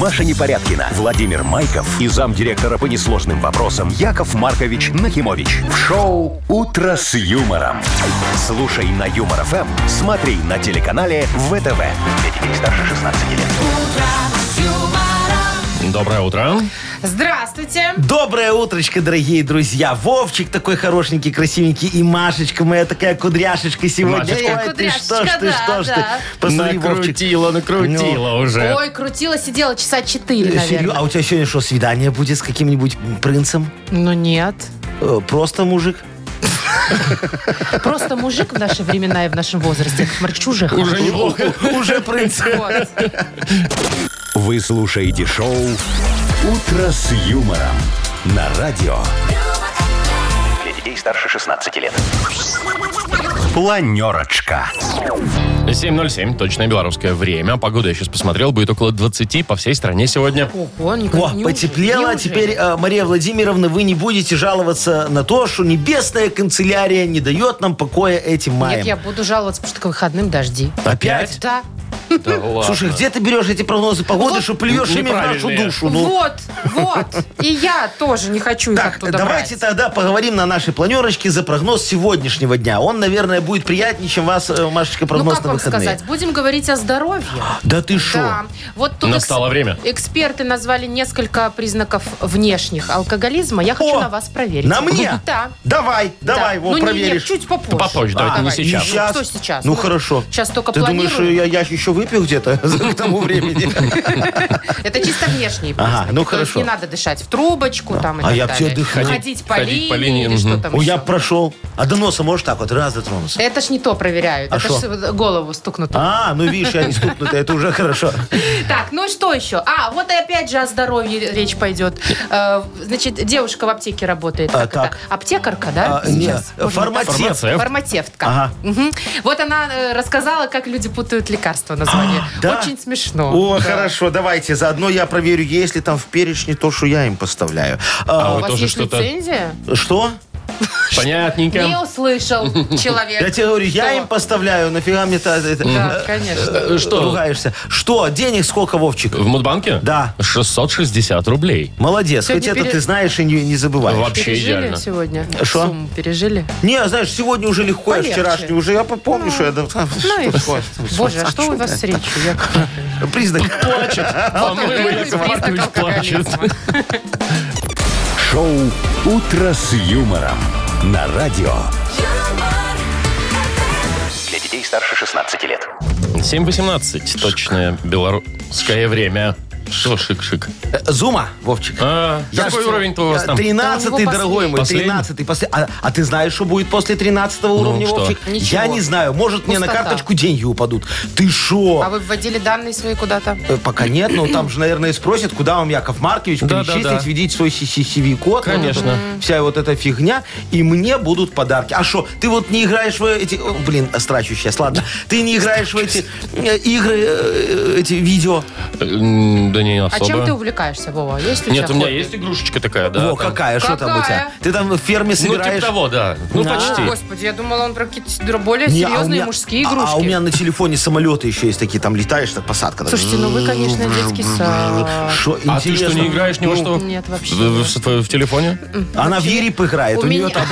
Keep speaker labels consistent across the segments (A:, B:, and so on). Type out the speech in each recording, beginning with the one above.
A: Маша Непорядкина, Владимир Майков и замдиректора по несложным вопросам Яков Маркович Нахимович. В шоу «Утро с юмором». Слушай на Юмор ФМ, смотри на телеканале ВТВ. Для детей старше 16 лет.
B: Доброе утро.
C: Здравствуйте.
D: Доброе утрочко, дорогие друзья. Вовчик такой хорошенький, красивенький, и Машечка моя такая кудряшечка сегодня.
B: Машечка.
D: Ой, ты что ж
C: Кудряшечка,
D: ты, что
C: да,
D: ж ты.
C: да.
D: Посмотри, Вовчик.
B: накрутила, накрутила уже.
C: Ой, крутила, сидела часа 4,
D: Э, Серью-
C: наверное.
D: А у тебя сегодня что, свидание будет с каким-нибудь принцем?
C: Ну нет.
D: Э, Просто мужик?
C: Просто мужик в наши времена и в нашем возрасте. Яков Маркович, уже хорошо.
B: неплохо.
D: Уже принц.
C: Вот.
A: Вы слушаете шоу «Утро с юмором» на радио. Для детей старше 16 лет. Планерочка.
B: 7.07, точное белорусское время. Погода, я сейчас посмотрел, будет около 20 по всей стране сегодня.
C: Ого, Николай,
D: О,
C: неужели?
D: потеплело.
C: Неужели?
D: Теперь, э, Мария Владимировна, вы не будете жаловаться на то, что небесная канцелярия не дает нам покоя этим маем.
C: Нет, я буду жаловаться, потому что к выходным дожди.
D: Опять?
C: Да.
B: Да ладно.
D: Слушай, где ты берешь эти прогнозы погоды,
C: Вот
D: что плюешь ими в нашу
B: неправильные.
D: душу? Ну,
C: Ну, Вот, вот. И я тоже не хочу их
D: Так,
C: оттуда
D: давайте
C: брать.
D: тогда поговорим на нашей планерочке за прогноз сегодняшнего дня. Он, наверное, будет приятнее, чем вас, э, Машечка,
C: Ну,
D: прогноз
C: как
D: на
C: вам
D: выходные. А,
C: сказать? Будем говорить о здоровье.
D: Да ты шо?
C: Да. Вот тут
B: Настало время.
C: Эксперты назвали несколько признаков внешних алкоголизма. Я хочу
D: О,
C: на вас проверить.
D: На мне?
C: Да.
D: Давай, давай,
C: Да.
D: вот
C: ну, не- не,
D: проверишь. А,
C: чуть попозже.
B: Попозже, давайте, не сейчас.
C: давай. Ну,
D: Сейчас.
C: Что сейчас?
D: Ну, хорошо.
C: Сейчас только
D: Ты
C: планирую.
D: думаешь, что я, я еще выпью где-то к тому времени?
C: Это чисто внешние признаки.
D: ну,
C: То есть
D: хорошо.
C: не надо дышать в трубочку там и
D: А
C: так
D: я
C: далее.
D: вообще дыхаю.
C: Ходить по
B: Ходить
C: линии,
B: по линии,
C: или что
B: мгм.
C: там
D: Ой, я
C: еще.
D: прошел. А до носа можешь так вот раз дотронуться?
C: Это ж не то проверяют.
D: А
C: это
D: шо?
C: ж голову стукнутую.
D: А, ну видишь, я не стукнутый, это уже хорошо.
C: Так, ну что еще? А, вот и опять же о здоровье речь пойдет. Э, Значит, девушка в аптеке работает.
D: А,
C: Как это?
D: так.
C: Аптекарка, да?
D: А, не,
C: сейчас? Можно
D: фармацевт.
C: так сказать?
B: Фармацевт.
C: Фармацевтка.
D: Ага.
C: Мгм. Вот она э, рассказала, как люди путают лекарства название.
D: А, да?
C: Очень смешно.
D: О, хорошо, давайте. Заодно я проверю, есть ли там в перечне то, что я им поставляю.
B: А
D: А,
C: У
B: вы
C: вас
B: тоже
C: есть
B: что-то-
C: лицензия?
D: Что?
C: Не
B: Понятненько.
C: услышал человек.
D: Я тебе говорю, я
C: Что?
D: им поставляю, нафига мне та- это...
C: Да, конечно.
B: Э, Что,
D: Ругаешься. Что? Денег сколько, Вовчик?
B: в Мудбанке?
D: Да.
B: 660 рублей.
D: Молодец,
C: Сегодня
D: хоть это
C: пере-
D: ты знаешь и не, не забываешь.
B: Вообще
C: Пережили
B: идеально.
C: сегодня?
D: Шо?
C: Сумму пережили?
D: Не, а знаешь, сегодня уже легко, я
C: Полегче.
D: вчерашний уже. Я помню, что я... да,
C: Ну и всё.
D: что такое?
C: Боже, а что у вас с речью? Я-
D: Признак.
B: Плачет.
D: А
B: По-моему,
C: Какой
B: Яков
C: признак
B: Маркович плачет.
C: алкоголизма?
A: Шоу «Утро с юмором» на радио. Для детей старше 16 лет.
B: 7.18, точное белорусское время. Что шик-шик?
D: Э, Зума, Вовчик.
B: А, Какой
D: ж-
B: уровень-то у вас
D: э,
B: там?
D: 13-й,
C: Там его
D: дорогой мой,
B: последний.
D: 13-й. после- А, а ты знаешь, что будет после 13-го уровня,
B: Ну, что?
D: Вовчик?
C: Ничего.
D: Я не знаю. Может, мне на
C: Пустота.
D: карточку деньги упадут. Ты шо?
C: А вы вводили данные свои куда-то?
D: Э, Пока нет, но там же, наверное, спросят, куда вам Яков Маркович
B: Да, да,
D: перечислить,
B: да.
D: видеть свой CCCV-код.
B: Конечно.
D: вся вот эта фигня. И мне будут подарки. А что, ты вот не играешь в эти... о, Блин, страчу сейчас, ладно. Ты не играешь в эти э, игры, э, эти видео.
B: Э, м, Да не
C: А
B: особо.
C: чем ты увлекаешься, Вова? Есть ли
B: Нет, у
C: тебя
B: меня
C: хобби?
B: есть игрушечка такая, да. там.
D: О, какая, что там у тебя?
C: Какая?
D: Ты там в ферме
B: Ну, типа
D: собираешь...
B: того, да. Ну,
D: Да.
B: почти.
C: О, Господи, я думала, он про какие-то дро- более
D: Не, а у
C: серьезные
D: меня-
C: мужские
D: а-
C: игрушки.
D: А, у меня на телефоне самолеты еще есть такие, там летаешь, так посадка. так.
C: Слушайте, ну вы, конечно, детский сад.
D: Шо,
B: А ты что,
D: интересно? Ну,
B: не играешь ни во что?
C: Нет, вообще
B: В, в-
C: нет.
B: в- в телефоне?
D: Она в Ерип играет,
C: У
D: у, нее
C: меня-
D: там...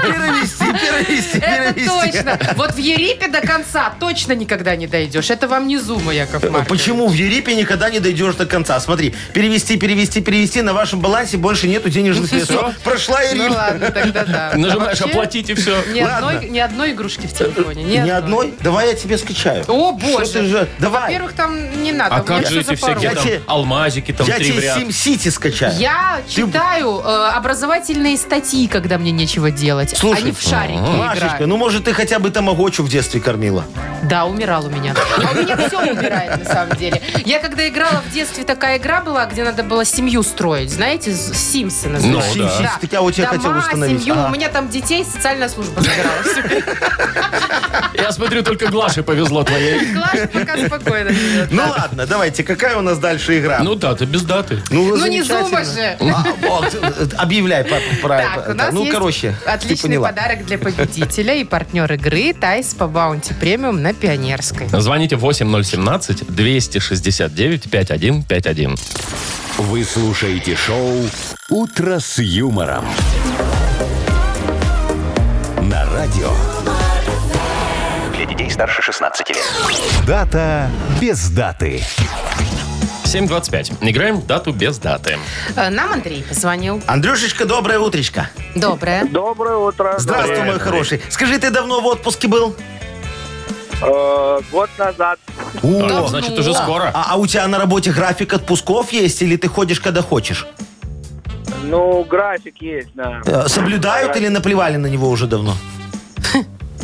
D: Перевести, перевести,
C: Это
D: перевести.
C: точно. Вот в Ерипе до конца точно никогда не дойдешь. Это вам не зума, Яков
D: Э,
C: Маркович.
D: Почему в Ерипе никогда не дойдешь до конца? Смотри, перевести, перевести, перевести, на вашем балансе больше нету денежных средств.
B: Всё?
D: Прошла
C: Ну
D: Ерип.
C: ладно, тогда да.
B: Нажимаешь
C: Вообще,
B: оплатить и все.
C: Ни
D: Ладно.
C: одной, ни одной игрушки в телефоне. Ни,
D: Ни одной? Давай я тебе скачаю.
C: О,
D: Что ты
C: боже.
D: же- Давай.
C: Во-первых, там не надо.
B: А
C: у меня
B: как
C: всё
B: же эти
C: запорол.
B: всякие
D: Я
B: там
D: те-
B: алмазики, там
D: Я
B: три в
D: тебе
B: ряд?
D: Сим-Сити скачаю.
C: Я читаю э, образовательные статьи, когда мне нечего делать.
D: Слушай,
C: Они в шарики
D: Машечка,
C: играют.
D: ну может ты хотя бы тамагочу в детстве кормила?
C: Да, умирал у меня. А у меня все умирает, на самом деле. Я когда играла в детстве, такая игра была, где надо было семью строить. Знаете, с- Симсы называют.
B: Ну, да.
D: Симсы, так я вот тебя хотел
C: Дома,
D: установить.
C: семью.
D: Ага.
C: У меня там детей социальная служба забирала. Всё,
B: Я смотрю, только Глаше повезло твоей.
C: Глаша пока спокойно живет.
D: Ну ладно, давайте, какая у нас дальше игра?
B: Ну да, ты без даты.
C: Ну не зуба
D: замечательно.
C: же.
D: А, вот, э, Объявляй по- про
C: Так, у
D: это.
C: нас
D: Ну,
C: есть
D: короче, ты
C: отличный
D: поняла.
C: подарок для победителя. И партнер игры Тайс по Баунти Премиум на Пионерской.
B: Звоните 8017-269-5151.
A: Вы слушаете шоу «Утро с юмором». На радио. Для детей старше 16 лет. Дата без даты.
B: 7.25. Играем в дату без даты.
C: Э, Нам Андрей позвонил.
D: Андрюшечка, доброе утречко.
C: Доброе.
E: Доброе утро.
D: Здравствуй,
B: Доброе,
D: мой
B: Андрей.
D: хороший. Скажи, ты давно в отпуске был?
E: Э, год назад
B: Так,
D: О,
B: значит,
C: Ну
B: уже скоро.
D: а, а у тебя на работе график отпусков есть или ты ходишь, когда хочешь?
E: Ну, график есть, да.
D: Э, Соблюдают или наплевали на него уже давно?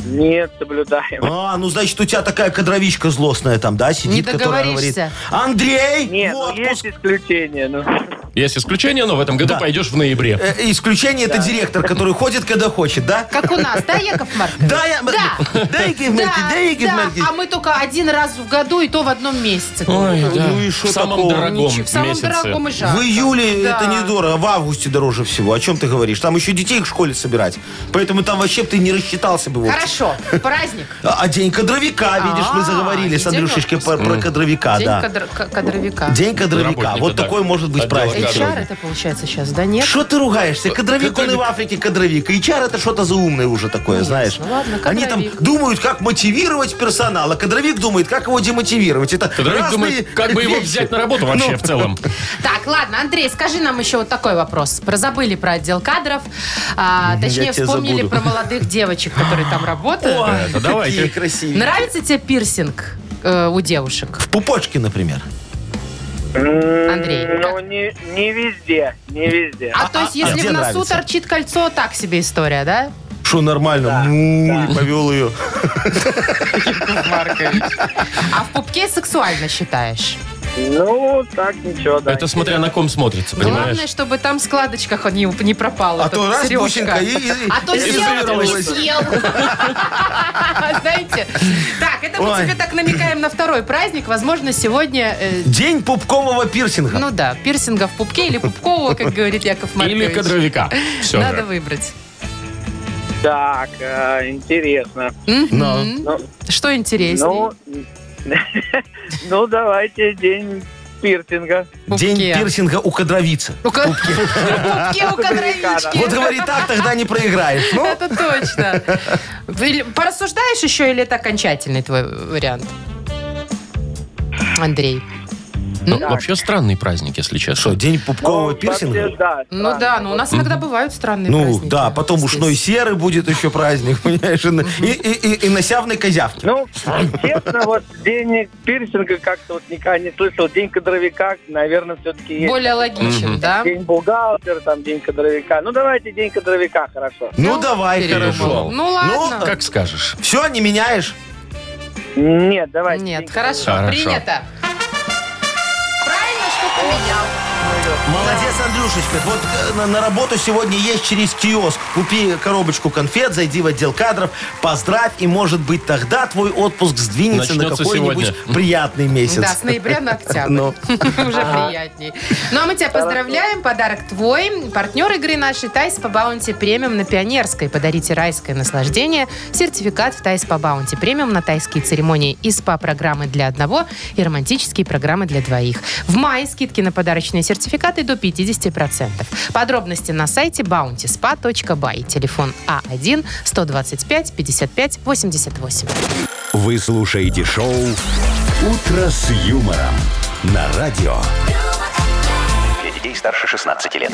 E: Нет, соблюдаем.
D: А, ну значит, у тебя такая кадровичка злостная там, да,
C: Не
D: сидит, которая говорит.
C: договоришься.
D: Андрей!
E: Нет,
D: в
E: ну,
D: отпуск!»
E: есть исключение. Ну.
B: Есть исключение, но в этом году
D: Да.
B: пойдешь в ноябре.
D: Э, Исключение это директор, который ходит, когда хочет, да?
C: Как у нас, да, Яков Маркович?
D: Да, я...
C: Да.
D: Да, Яков
C: Да,
D: Маркович, да, Яков
C: да.
D: Маркович.
C: а мы только один раз в году и то в одном месяце.
B: Ой, да.
D: ну и шо
B: в самом
D: такого?
B: дорогом
C: Ничего, в самом
B: месяце.
C: дорогом и
D: В
C: жарко.
D: июле
C: Да.
D: это недорого, в августе дороже всего. О чем ты говоришь? Там еще детей к школе собирать. Поэтому там вообще б ты не рассчитался бы. Вовчик.
C: Хорошо, праздник.
D: А а день кадровика, видишь, мы
C: А,
D: заговорили с
C: неделю
D: Андрюшечкой
C: отпуска.
D: про, про кадровика,
C: День
D: А, да.
C: кадр- к- кадровика.
D: День кадровика.
B: Работника,
D: Вот
B: да. А
D: такой может быть
B: Отдела
D: праздник.
B: кадров.
D: сегодня.
C: HR это получается сейчас, да нет?
D: Что ты ругаешься? Кадровик, он и в Африке кадровик. И HR это что-то заумное уже такое, знаешь.
C: ну ладно,
D: Они там
C: кадровик.
D: думают, как мотивировать персонал, а кадровик думает, как его демотивировать. Это
B: Кадровик
D: разные
B: думает, как бы его
D: вещи.
B: взять на работу вообще
D: Ну,
B: в целом.
C: Так, ладно, Андрей, скажи нам еще вот такой вопрос. Про забыли про отдел кадров, а, точнее
D: я тебя
C: вспомнили
D: забуду.
C: про молодых девочек, которые там работают.
B: Это давайте.
D: Какие красивые.
C: Нравится тебе пирсинг э, у девушек?
D: В пупочке, например.
E: М,
C: Андрей,
E: Ну, не, не везде, не везде.
C: А, то есть, если
D: где
C: в носу
D: нравится?
C: торчит кольцо, так себе история, да?
D: Что нормально? ну, и повел ее.
C: А в пупке сексуально считаешь?
E: Ну, так ничего, да.
B: Это смотря на ком смотрится, понимаешь?
C: Главное, чтобы там складочка хоть не, не пропала.
D: А
C: эта
D: то раз
C: сережка.
D: бусинка и- и-
C: А то
D: и
C: съел, то не
D: зарезалась.
C: съел. Знаете? Так, это мы
D: Ой.
C: тебе так намекаем на второй праздник. Возможно, сегодня... э,
D: День пупкового пирсинга.
C: Ну да, пирсинга в пупке или пупкового, как говорит Яков Маркович.
B: Или кадровика. Все
C: Надо
B: же.
C: выбрать.
E: Так, э, интересно.
C: Мгм.
E: Ну,
C: Что интереснее?
E: ну, ну, давайте день пирсинга.
C: в
D: День
C: пупке.
D: пирсинга у кадровицы.
C: Ну, ка- В пупке у кадровички.
D: Вот а. говори так, тогда не проиграешь. Ну,
C: Это точно. Или- Порассуждаешь еще или это окончательный твой вариант? Андрей.
B: Ну, вообще странный праздник, если
D: что,
B: честно.
D: день пупкового
E: Ну,
D: пирсинга?
E: вообще, да,
C: Ну да, но у нас иногда бывают странные
D: Ну,
C: праздники.
D: да, потом
C: здесь.
D: ушной серый будет еще праздник, понимаешь, и на- и, и, и, и на сявной козявке.
E: Ну, честно, вот день пирсинга как-то вот никогда не слышал. День кадровика, наверное, все-таки есть.
C: Более логичен, да?
E: День бухгалтера, там, день кадровика. Ну, давайте день кадровика, хорошо.
D: Ну, давай,
C: передумала.
D: хорошо.
C: Ну, ладно.
B: Как скажешь.
D: Все, не меняешь?
E: Нет, давайте. день
C: Нет,
E: кадровика.
C: хорошо,
B: Хорошо.
C: принято. Правильно, что поменял.
D: Молодец, Андрюшечка. Вот э, на, на работу сегодня есть через киоск. Купи коробочку конфет, зайди в отдел кадров, поздравь, и, может быть, тогда твой отпуск сдвинется на
B: Начнется
D: какой-нибудь
B: сегодня.
D: приятный месяц.
C: Да, с ноября на октябрь.
D: Ну.
C: Уже приятней. Ну, а мы тебя поздравляем. Подарок твой. Партнер игры нашей Тайс по Баунти Премиум на Пионерской. Подарите райское наслаждение. Сертификат в Тайс по Баунти Премиум на тайские церемонии и СПА-программы для одного и романтические программы для двоих. В мае скидки на подарочные сертификаты до 50%. Подробности на сайте bountyspa.by. Телефон А А1-125-55-88.
A: Вы слушаете шоу «Утро с юмором» на радио. Для детей старше 16 лет.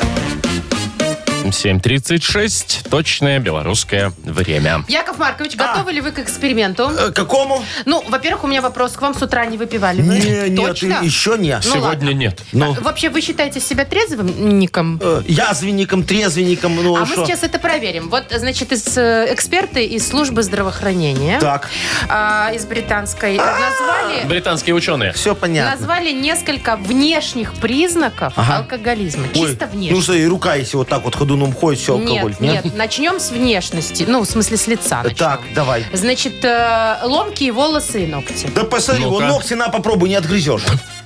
B: 7.36, точное белорусское время.
C: Яков Маркович, готовы ли вы к эксперименту?
D: Э, Какому?
C: Ну, во-первых, у меня вопрос. К вам с утра не выпивали? вы?
D: Не, нет,
C: Ну, Точно?
D: и- еще не.
C: Ну,
B: Сегодня
C: ладно.
B: нет.
D: Ну,
C: Вообще, вы считаете себя трезвым, Ником?
D: э, язвенником, трезвенником, ну
C: А мы
D: шо?
C: сейчас это проверим. Вот, значит, из э, эксперты из службы здравоохранения
D: Так,
C: а, из британской назвали
B: Британские ученые.
D: все А, понятно.
C: назвали несколько внешних признаков
D: Ага.
C: алкоголизма.
D: Ой,
C: Чисто
D: ну
C: внешне.
D: что, и рука, если вот так вот ходуном ходит, все алкоголь.
C: нет, нет, начнем с внешности. Ну, в смысле, с лица. начнем.
D: Так, давай.
C: Значит, э, ломкие волосы и ногти.
D: Да посмотри,
B: Ну-ка.
D: вон ногти на попробуй, не отгрызешь.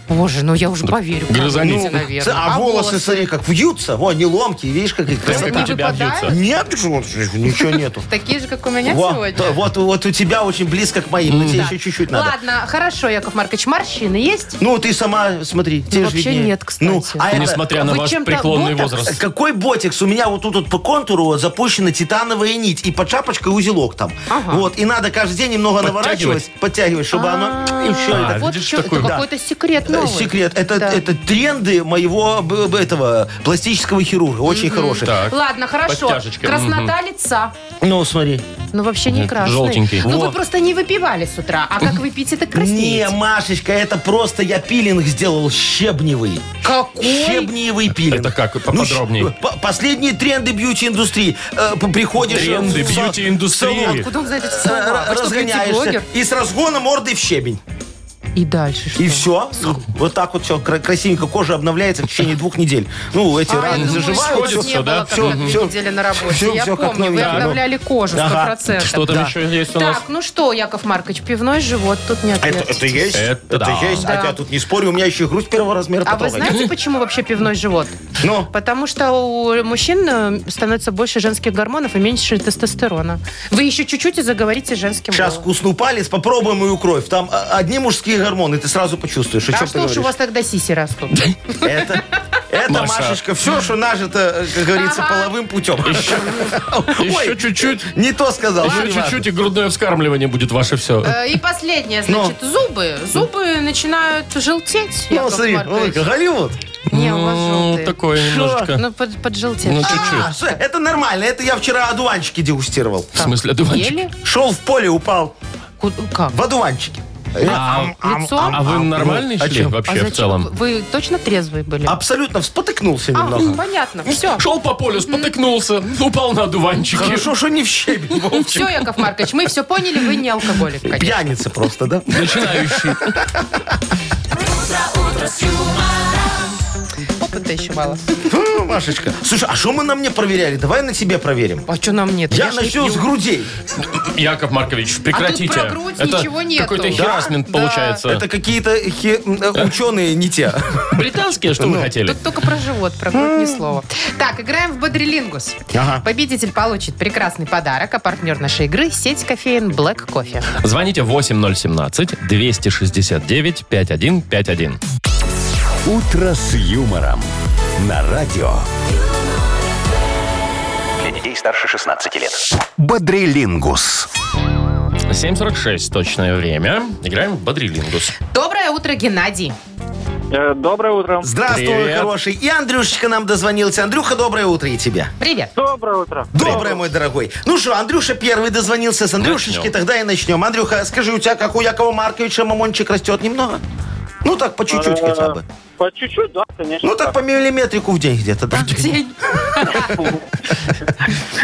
C: Боже, ну я уже поверю.
B: грызанина.
C: кому-то,
D: Ц-
C: наверное.
D: А, волосы, смотри, как вьются. Во, не ломкие, видишь, как их
B: Прям как у
C: не
B: тебя
C: выпадает?
B: бьются.
D: Нет, что ж, ничего нету.
C: Такие же, как у меня
D: Во,
C: сегодня.
D: то- вот, вот у тебя очень близко к моим, но тебе еще чуть-чуть надо.
C: Ладно, хорошо, Яков Маркович, морщины есть?
D: Ну, ты сама смотри, тебе же
C: Ну, вообще
D: виднее.
C: нет, кстати.
D: Ну, а это- э,
B: Несмотря на
C: Вы
B: ваш
C: чем-то
B: преклонный
C: ботокс?
B: возраст.
D: Какой ботикс? У меня вот тут вот по контуру вот запущена титановая нить. И под шапочкой узелок там.
C: Ага.
D: Вот. И надо каждый день немного
B: Подтягивать?
D: наворачивать, подтягивать, чтобы оно... И всё,
B: А,
D: это-
C: Вот
B: видишь,
C: что это
B: такой, да.
C: какой-то секрет
D: Э,
C: новый.
D: Секрет. Это,
C: Да.
D: это тренды моего б- б- этого пластического хирурга. Очень хороший.
B: Так.
C: Ладно, хорошо.
B: Подтяжечка,
C: Краснота лица.
D: Ну, смотри.
C: Ну, вообще не
B: Нет,
C: красный.
B: желтенький.
C: Ну,
D: Во.
C: вы просто не выпивали с утра. А как выпить, это краснеет.
D: Не, Машечка, это просто я пилинг сделал щебневый.
C: Какой?
D: Щебневый пилинг.
B: Это как?
D: Ну,
B: Поподробней.
D: щ- по- последние тренды бьюти-индустрии. Э, п- приходишь... э,
B: Тренды
D: в са-
B: бьюти-индустрии.
D: в салон,
C: А Куда он знает эти
D: э,
C: слова? Вы А что,
D: разгоняешься.
C: бьюти-блогер?
D: И с разгона мордой в щебень.
C: И дальше что?
D: И все. Вот так вот все красивенько. Кожа обновляется в течение двух недель. Ну, эти
C: А, я
D: раны
C: думаю,
D: заживают.
C: что
B: сходится,
D: всё.
C: не
B: да?
C: было,
D: Всё,
C: как на
D: всё.
C: две недели на работе.
D: Всё,
C: Я
D: всё как
C: помню, вы
D: новенькое.
C: обновляли кожу
D: Ага.
C: 100%.
B: Что там еще есть у нас?
C: Так, ну что, Яков Маркович, пивной живот тут не
D: А Это, это
C: отвертитесь.
D: есть?
B: Это да.
D: есть?
C: Да.
D: А я тут не спорю, у меня еще грудь первого размера
C: А вы
D: потрогай.
C: знаете, почему вообще пивной живот?
D: Ну,
C: Потому что у мужчин э, становится больше женских гормонов и меньше тестостерона. Вы еще чуть-чуть и заговорите женским
D: сейчас
C: голосом.
D: кусну палец, попробуй мою кровь. Там а, одни мужские гормоны, ты сразу почувствуешь.
C: А
D: О чем ты
C: что ж у вас
D: говоришь?
C: тогда сиси растут?
D: Это... Это,
B: Маша.
D: Машечка, все, что нажито, как говорится,
C: Ага.
D: половым путем.
B: Еще чуть-чуть.
D: Не то сказал. ну,
B: Еще
D: неважно.
B: чуть-чуть и грудное вскармливание будет ваше все.
C: Э, И последнее, значит, зубы. Зубы начинают желтеть,
D: Ну,
C: Яков
D: смотри,
C: Маркович.
D: ну, Голливуд.
C: Не, у вас желтые.
B: Ну, такое немножечко.
C: Ну, под, поджелтеть.
B: Ну,
D: А,
B: чуть-чуть.
D: слушай, это нормально, это я вчера одуванчики дегустировал.
B: В смысле, одуванчик?
C: А Ели?
D: Шел в поле, упал
C: Ку- Как?
D: в одуванчике.
B: А,
C: Лицо?
B: а вы нормальный
D: а
B: шли
D: чем?
C: А
B: вообще в
C: зачем?
B: целом?
C: Вы точно трезвые были?
D: Абсолютно вспотыкнулся
C: А,
D: немного.
C: понятно. Все.
B: Шел по полю, спотыкнулся, упал на одуванчике.
D: Хорошо, что не в щебень, Вовчик.
C: Все, Ну, Яков Маркович, мы все поняли, вы не алкоголик, конечно.
D: Пьяница просто, да?
B: Начинающий.
C: Опыта еще мало.
D: Ну, Машечка, слушай, а что мы на мне проверяли? Давай на тебе проверим.
C: А что нам нет?
D: Я
C: ж не
D: начну
C: пью.
D: с грудей.
B: Яков Маркович, прекратите.
C: А тут про грудь
B: Это
C: ничего нету.
B: какой-то
C: Да?
B: херасмент
C: Да.
B: получается.
D: Это какие-то хе- м, э, ученые не те.
B: британские, что вы хотели?
C: Тут только про живот, про грудь ни слова. Так, играем в Бодрилингус.
D: А.
C: Победитель получит прекрасный подарок, а партнер нашей игры – сеть кофеин Black Кофе.
B: Звоните 8017-269-5151.
A: «Утро с юмором» на радио.
F: Для детей старше 16 лет.
A: Бодрилингус.
B: 7.46 точное время. Играем в Бодрилингус.
C: Доброе утро, Геннадий.
E: Э, Доброе утро.
D: Здравствуй,
B: Привет.
D: хороший. И Андрюшечка нам дозвонился. Андрюха, доброе утро и тебе.
C: Привет.
E: Доброе утро.
D: Доброе, мой дорогой. Ну что, Андрюша первый дозвонился с Андрюшечки,
B: Начнем.
D: тогда и начнем. Андрюха, скажи, у тебя как у Якова Марковича мамончик растет немного? Ну так, по чуть-чуть
E: Э,
D: хотя бы.
E: По чуть-чуть, да, конечно.
D: Ну так, по миллиметрику в день где-то, да?
C: День.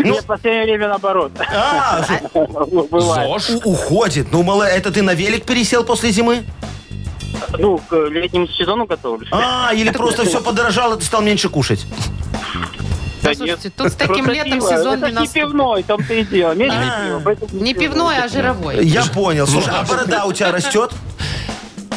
E: Нет, в последнее время наоборот.
D: А,
E: Бывает.
B: ЗОЖ.
D: у- уходит. Ну, мало, это ты на велик пересел после зимы?
E: Ну, к летнему сезону готовлюсь.
D: А, или просто все подорожало, ты стал меньше кушать.
E: Да
C: Слушайте,
E: нет.
C: тут с таким
E: Просто
C: летом
E: пиво.
C: сезон
E: Это
C: не
E: ж
C: наступит.
E: не пивной, там ты и дело. Меньше
D: А.
E: пива, поэтому
C: Не
E: пиво.
C: пивной, а жировой.
D: Я понял. Слушай, а борода у тебя растет?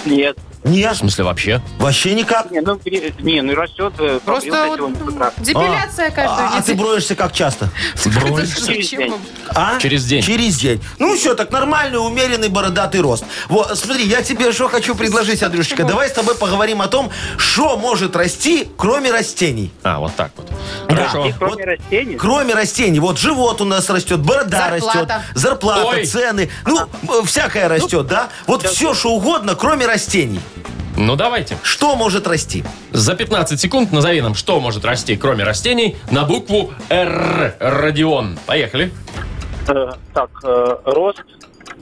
E: Нет.
B: В
D: Нет,
B: смысле, вообще?
D: вообще никак.
E: Не, ну, при- не, ну и растет. э,
C: Просто
E: пробрился
C: вот
E: сегодня с утра.
C: депиляция каждую
D: А, а ты
C: неделю.
D: броешься как часто?
B: Бронь.
E: Через
C: Зачем
E: день.
C: вам?
D: А?
B: Через день.
D: Через день. Ну все, так нормальный, умеренный бородатый рост. Вот, смотри, я тебе что хочу предложить, Андрюшечка. Давай с тобой поговорим о том, что может расти, кроме растений.
B: А, вот так вот.
D: Да.
B: Хорошо.
E: И кроме
D: Вот
E: растений.
D: Кроме растений. Вот живот у нас растет, борода
C: Зарплата.
D: растет, зарплата,
B: Ой.
D: цены. Ну, э, всякое растет, да? Вот все, что угодно, кроме растений.
B: Ну, давайте.
D: Что может расти?
B: За 15 секунд назови нам, что может расти, кроме растений, на букву Р. Родион. Поехали.
E: Э, Так, э, рост.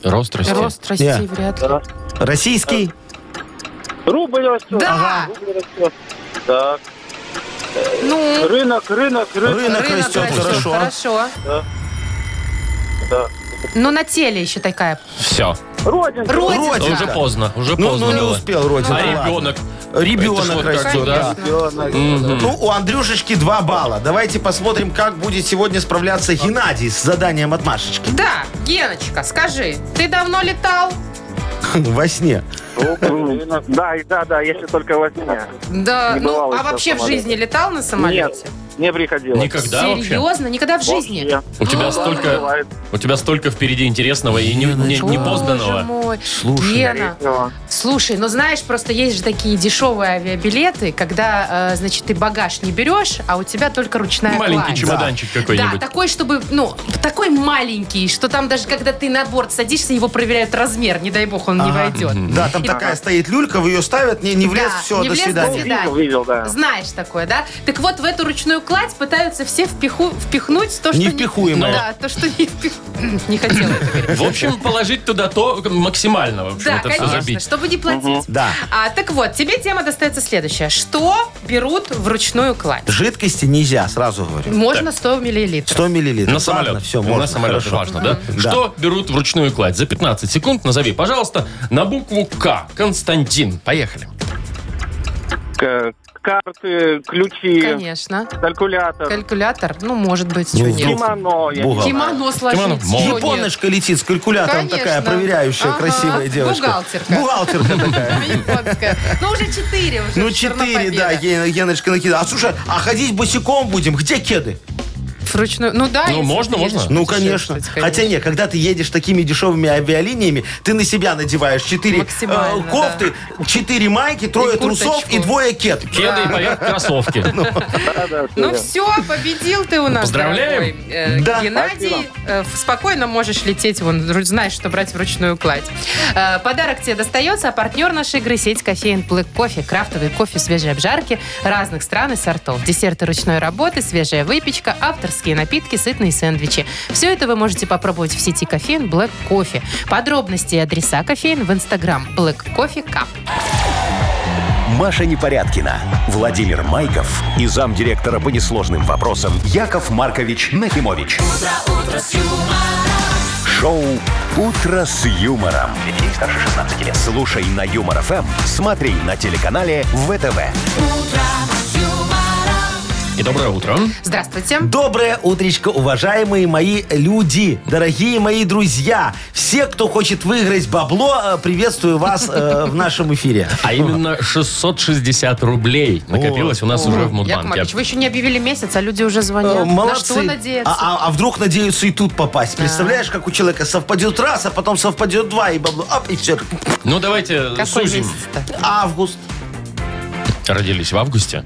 B: Рост расти.
C: Рост расти
D: Я.
C: вряд ли.
E: рост.
D: Российский?
C: Э,
E: Рубль растет.
C: Да.
E: Рубль растет. Так.
C: Ну,
E: Рынок, рынок, рынок.
D: Рынок,
C: рынок
D: растет,
C: растет,
D: хорошо.
C: хорошо.
E: Да.
C: Ну, на теле еще такая.
B: Все.
E: Родинка.
C: Родинка.
D: Родинка.
B: Уже поздно. Уже
D: Ну,
B: поздно
D: ну, не
B: было.
D: успел Родина.
B: А
D: ладно.
B: ребенок? Это ж
D: Ребенок
B: вот
D: растет,
B: как бы, да.
D: да.
E: Ребенок.
D: Ну, у Андрюшечки 2 балла. Давайте посмотрим, как будет сегодня справляться Геннадий с заданием от Машечки.
C: Да, Геночка, скажи, ты давно летал?
D: Во сне.
E: Да, и да, да, если только во сне.
C: Да,
E: Не
C: ну,
E: бывало
C: а
E: еще
C: вообще в
E: самолета.
C: жизни летал на самолете?
E: Не приходилось.
B: Никогда вообще?
C: Серьезно? Никогда в жизни?
E: Вообще.
B: У тебя
E: Бывает,
B: столько,
E: бывает.
B: у тебя столько впереди интересного и не, не,
C: Боже
B: непозданного.
C: мой.
D: Слушай.
C: Лена,
E: Да.
C: слушай, ну знаешь, просто есть же такие дешевые авиабилеты, когда, э, значит, ты багаж не берешь, а у тебя только ручная
B: Маленький
C: кладь.
B: чемоданчик
C: Да,
B: какой-нибудь.
C: такой, чтобы, ну, такой маленький, что там даже, когда ты на борт садишься, его проверяют размер, не дай бог, он не войдет.
D: Да, там такая стоит люлька, вы ее ставят, не, не влез,
C: Да,
D: все,
C: не
D: до
C: влез, до
D: свидания.
C: свидания.
E: Ну, Видел, видел, да.
C: Знаешь такое, да? Так вот, в эту ручную кладь пытаются все впиху- впихнуть то, что...
D: Невпихуемое.
C: Да, то, что не впих- Не хотела это говорить.
B: В общем, положить туда то максимально, в общем,
C: Да,
B: это все
C: конечно,
B: забить.
C: чтобы не платить.
D: Да.
C: А, так вот, тебе тема достается следующая. Что берут в ручную кладь?
D: Жидкости нельзя, сразу говорю.
C: Можно 100 миллилитров.
D: 100 миллилитров.
B: На самолет.
D: все,
B: У
D: можно.
B: нас самолет
D: хорошо.
B: важно, да?
D: Да.
B: Что берут вручную кладь? За 15 секунд назови, пожалуйста, на букву К. Константин. Поехали.
E: К- Карты, ключи,
C: Конечно.
E: калькулятор,
C: Калькулятор, ну, может быть, что
D: Ну,
C: нет.
D: вдруг-
E: кимоно. я не
D: Бугал.
E: знаю.
C: Кимоно сложить.
B: Кимоно,
C: чего нет?
D: Японочка летит с калькулятором
C: Конечно.
D: такая, проверяющая,
C: Ага,
D: красивая девочка.
C: бухгалтерка.
D: Бухгалтерка такая.
C: Японская. Ну, уже 4 уже.
D: Ну,
C: всё равно
D: четыре, да,
C: победа.
D: Е- Геночка накидала. А слушай, а ходить босиком будем? Где кеды?
C: Вручную. Ну, да.
B: Ну,
C: если
B: можно,
C: ты едешь
B: можно.
D: Ну,
C: путешествовать,
D: конечно. Хотя нет, когда ты едешь такими дешевыми авиалиниями, ты на себя надеваешь четыре
C: Максимально,
D: э, кофты, четыре майки, трое трусов
C: курточку.
D: и двое кед.
B: Кеды и поверх кроссовки.
E: Да, да, всё
C: Ну
E: верно.
C: все, победил ты у нас,
B: Поздравляем.
C: дорогой, э,
D: Да.
C: Геннадий. Э, в- спокойно можешь лететь, вон, ру- знаешь, что брать вручную кладь. Э, подарок тебе достается, а партнер нашей игры – сеть кофеин Black Кофе. Крафтовый кофе свежей обжарки разных стран и сортов. Десерты ручной работы, свежая выпечка, авторские напитки, сытные сэндвичи. Все это вы можете попробовать в сети кофеин Black Кофе. Подробности и адреса кофеин в инстаграм Black Кофе Cup.
A: Маша Непорядкина, Владимир Майков и замдиректора по несложным вопросам Яков Маркович Нахимович. Шоу Утро с юмором. Для детей старше 16 лет. Слушай на юмор ФМ, смотри на телеканале ВТВ.
B: И доброе утро.
C: Здравствуйте.
D: Доброе утречко, уважаемые мои люди, дорогие мои друзья. Все, кто хочет выиграть бабло, э, приветствую вас э, в нашем эфире.
B: А именно 660 рублей накопилось у нас уже в
C: Яков
B: Мудбанке.
C: Маркович, вы еще не объявили месяц, а люди уже звонят.
D: Э,
C: На что
D: Молодцы.
C: надеяться?
D: А, а- а вдруг надеются и тут попасть. Представляешь, как у человека совпадет раз, а потом совпадет два, и бабло. Оп, и все.
B: Ну, давайте
C: Какой
B: сузим.
C: месяц-то?
D: Август.
B: Родились в августе.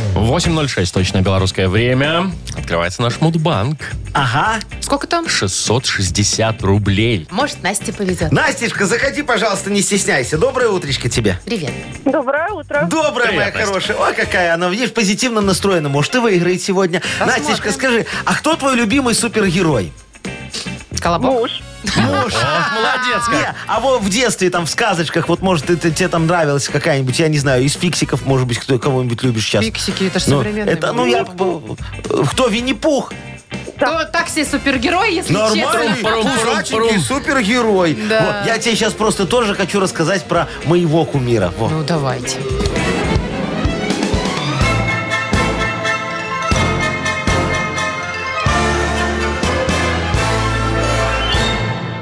B: 8.06, точное белорусское время. Открывается наш Мудбанк.
D: Ага.
C: Сколько там?
B: 660 рублей.
C: Может, Насте повезет.
D: Настюшка, заходи, пожалуйста, не стесняйся. Доброе утречко тебе.
C: Привет.
G: Доброе утро.
D: Доброе,
B: Привет,
D: моя
B: Настя.
D: хорошая. Ой, какая она, видишь, позитивно настроена. Может, ты выиграешь сегодня. Настюшка, скажи, а кто твой любимый супергерой?
C: Колобок?
G: Муж.
D: Муж.
B: Молодец, как.
D: Не, а вот в детстве, там, в сказочках, вот, может, это тебе там нравилась какая-нибудь, я не знаю, из фиксиков, может быть, кто кого-нибудь любишь сейчас.
C: Фиксики, это же
D: Ну,
C: современные.
D: это, ну, я... э, Кто, Винни-Пух?
C: То Ну, так себе супергерой, если
D: Нормальный,
C: честно. Ну,
B: Парум, парум,
D: пузатенький
B: парум.
D: супергерой. Вот, я тебе сейчас просто тоже хочу рассказать про моего кумира. Во.
C: Ну, давайте.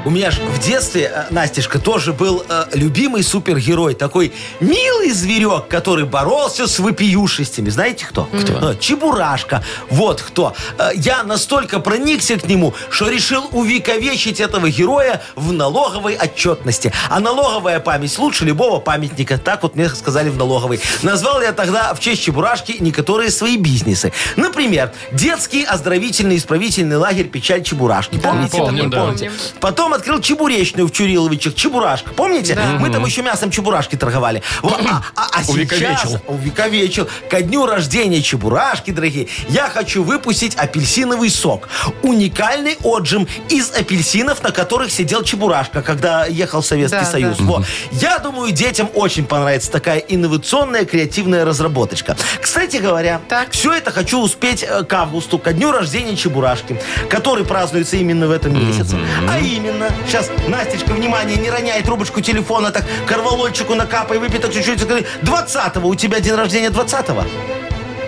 D: У меня ж в детстве, э, Настюшка, тоже был э, любимый супергерой. Такой милый зверек, который боролся с вопиюшестями. Знаете кто? Кто? Чебурашка. Вот кто. Э, я настолько проникся к нему, что решил увековечить этого героя в налоговой отчетности. А налоговая память лучше любого памятника. Так вот мне сказали в налоговой. Назвал я тогда в честь Чебурашки некоторые свои бизнесы. Например, детский оздоровительный исправительный лагерь «Печаль Чебурашки». Помните?
B: Помним,
D: такой?
B: да.
D: Помните? Потом потом открыл чебуречную в Чуриловичах, Чебурашка. Помните?
C: Да.
D: Мы там еще мясом чебурашки торговали. Вот, а, а- а сейчас...
B: Увековечил.
D: Увековечил. Ко дню рождения чебурашки, дорогие, я хочу выпустить апельсиновый сок. Уникальный отжим из апельсинов, на которых сидел чебурашка, когда ехал в Советский
C: Да,
D: Союз.
C: да.
D: Во. Я думаю, детям очень понравится такая инновационная креативная разработочка. Кстати говоря,
C: Так.
D: все это хочу успеть э, к августу, ко дню рождения Чебурашки, который празднуется именно в этом месяце. А именно, сейчас Настечка, внимание, не роняй трубочку телефона, так корвалольчику накапай, выпей так чуть-чуть. Скажи, 20-го у тебя день рождения 20-го?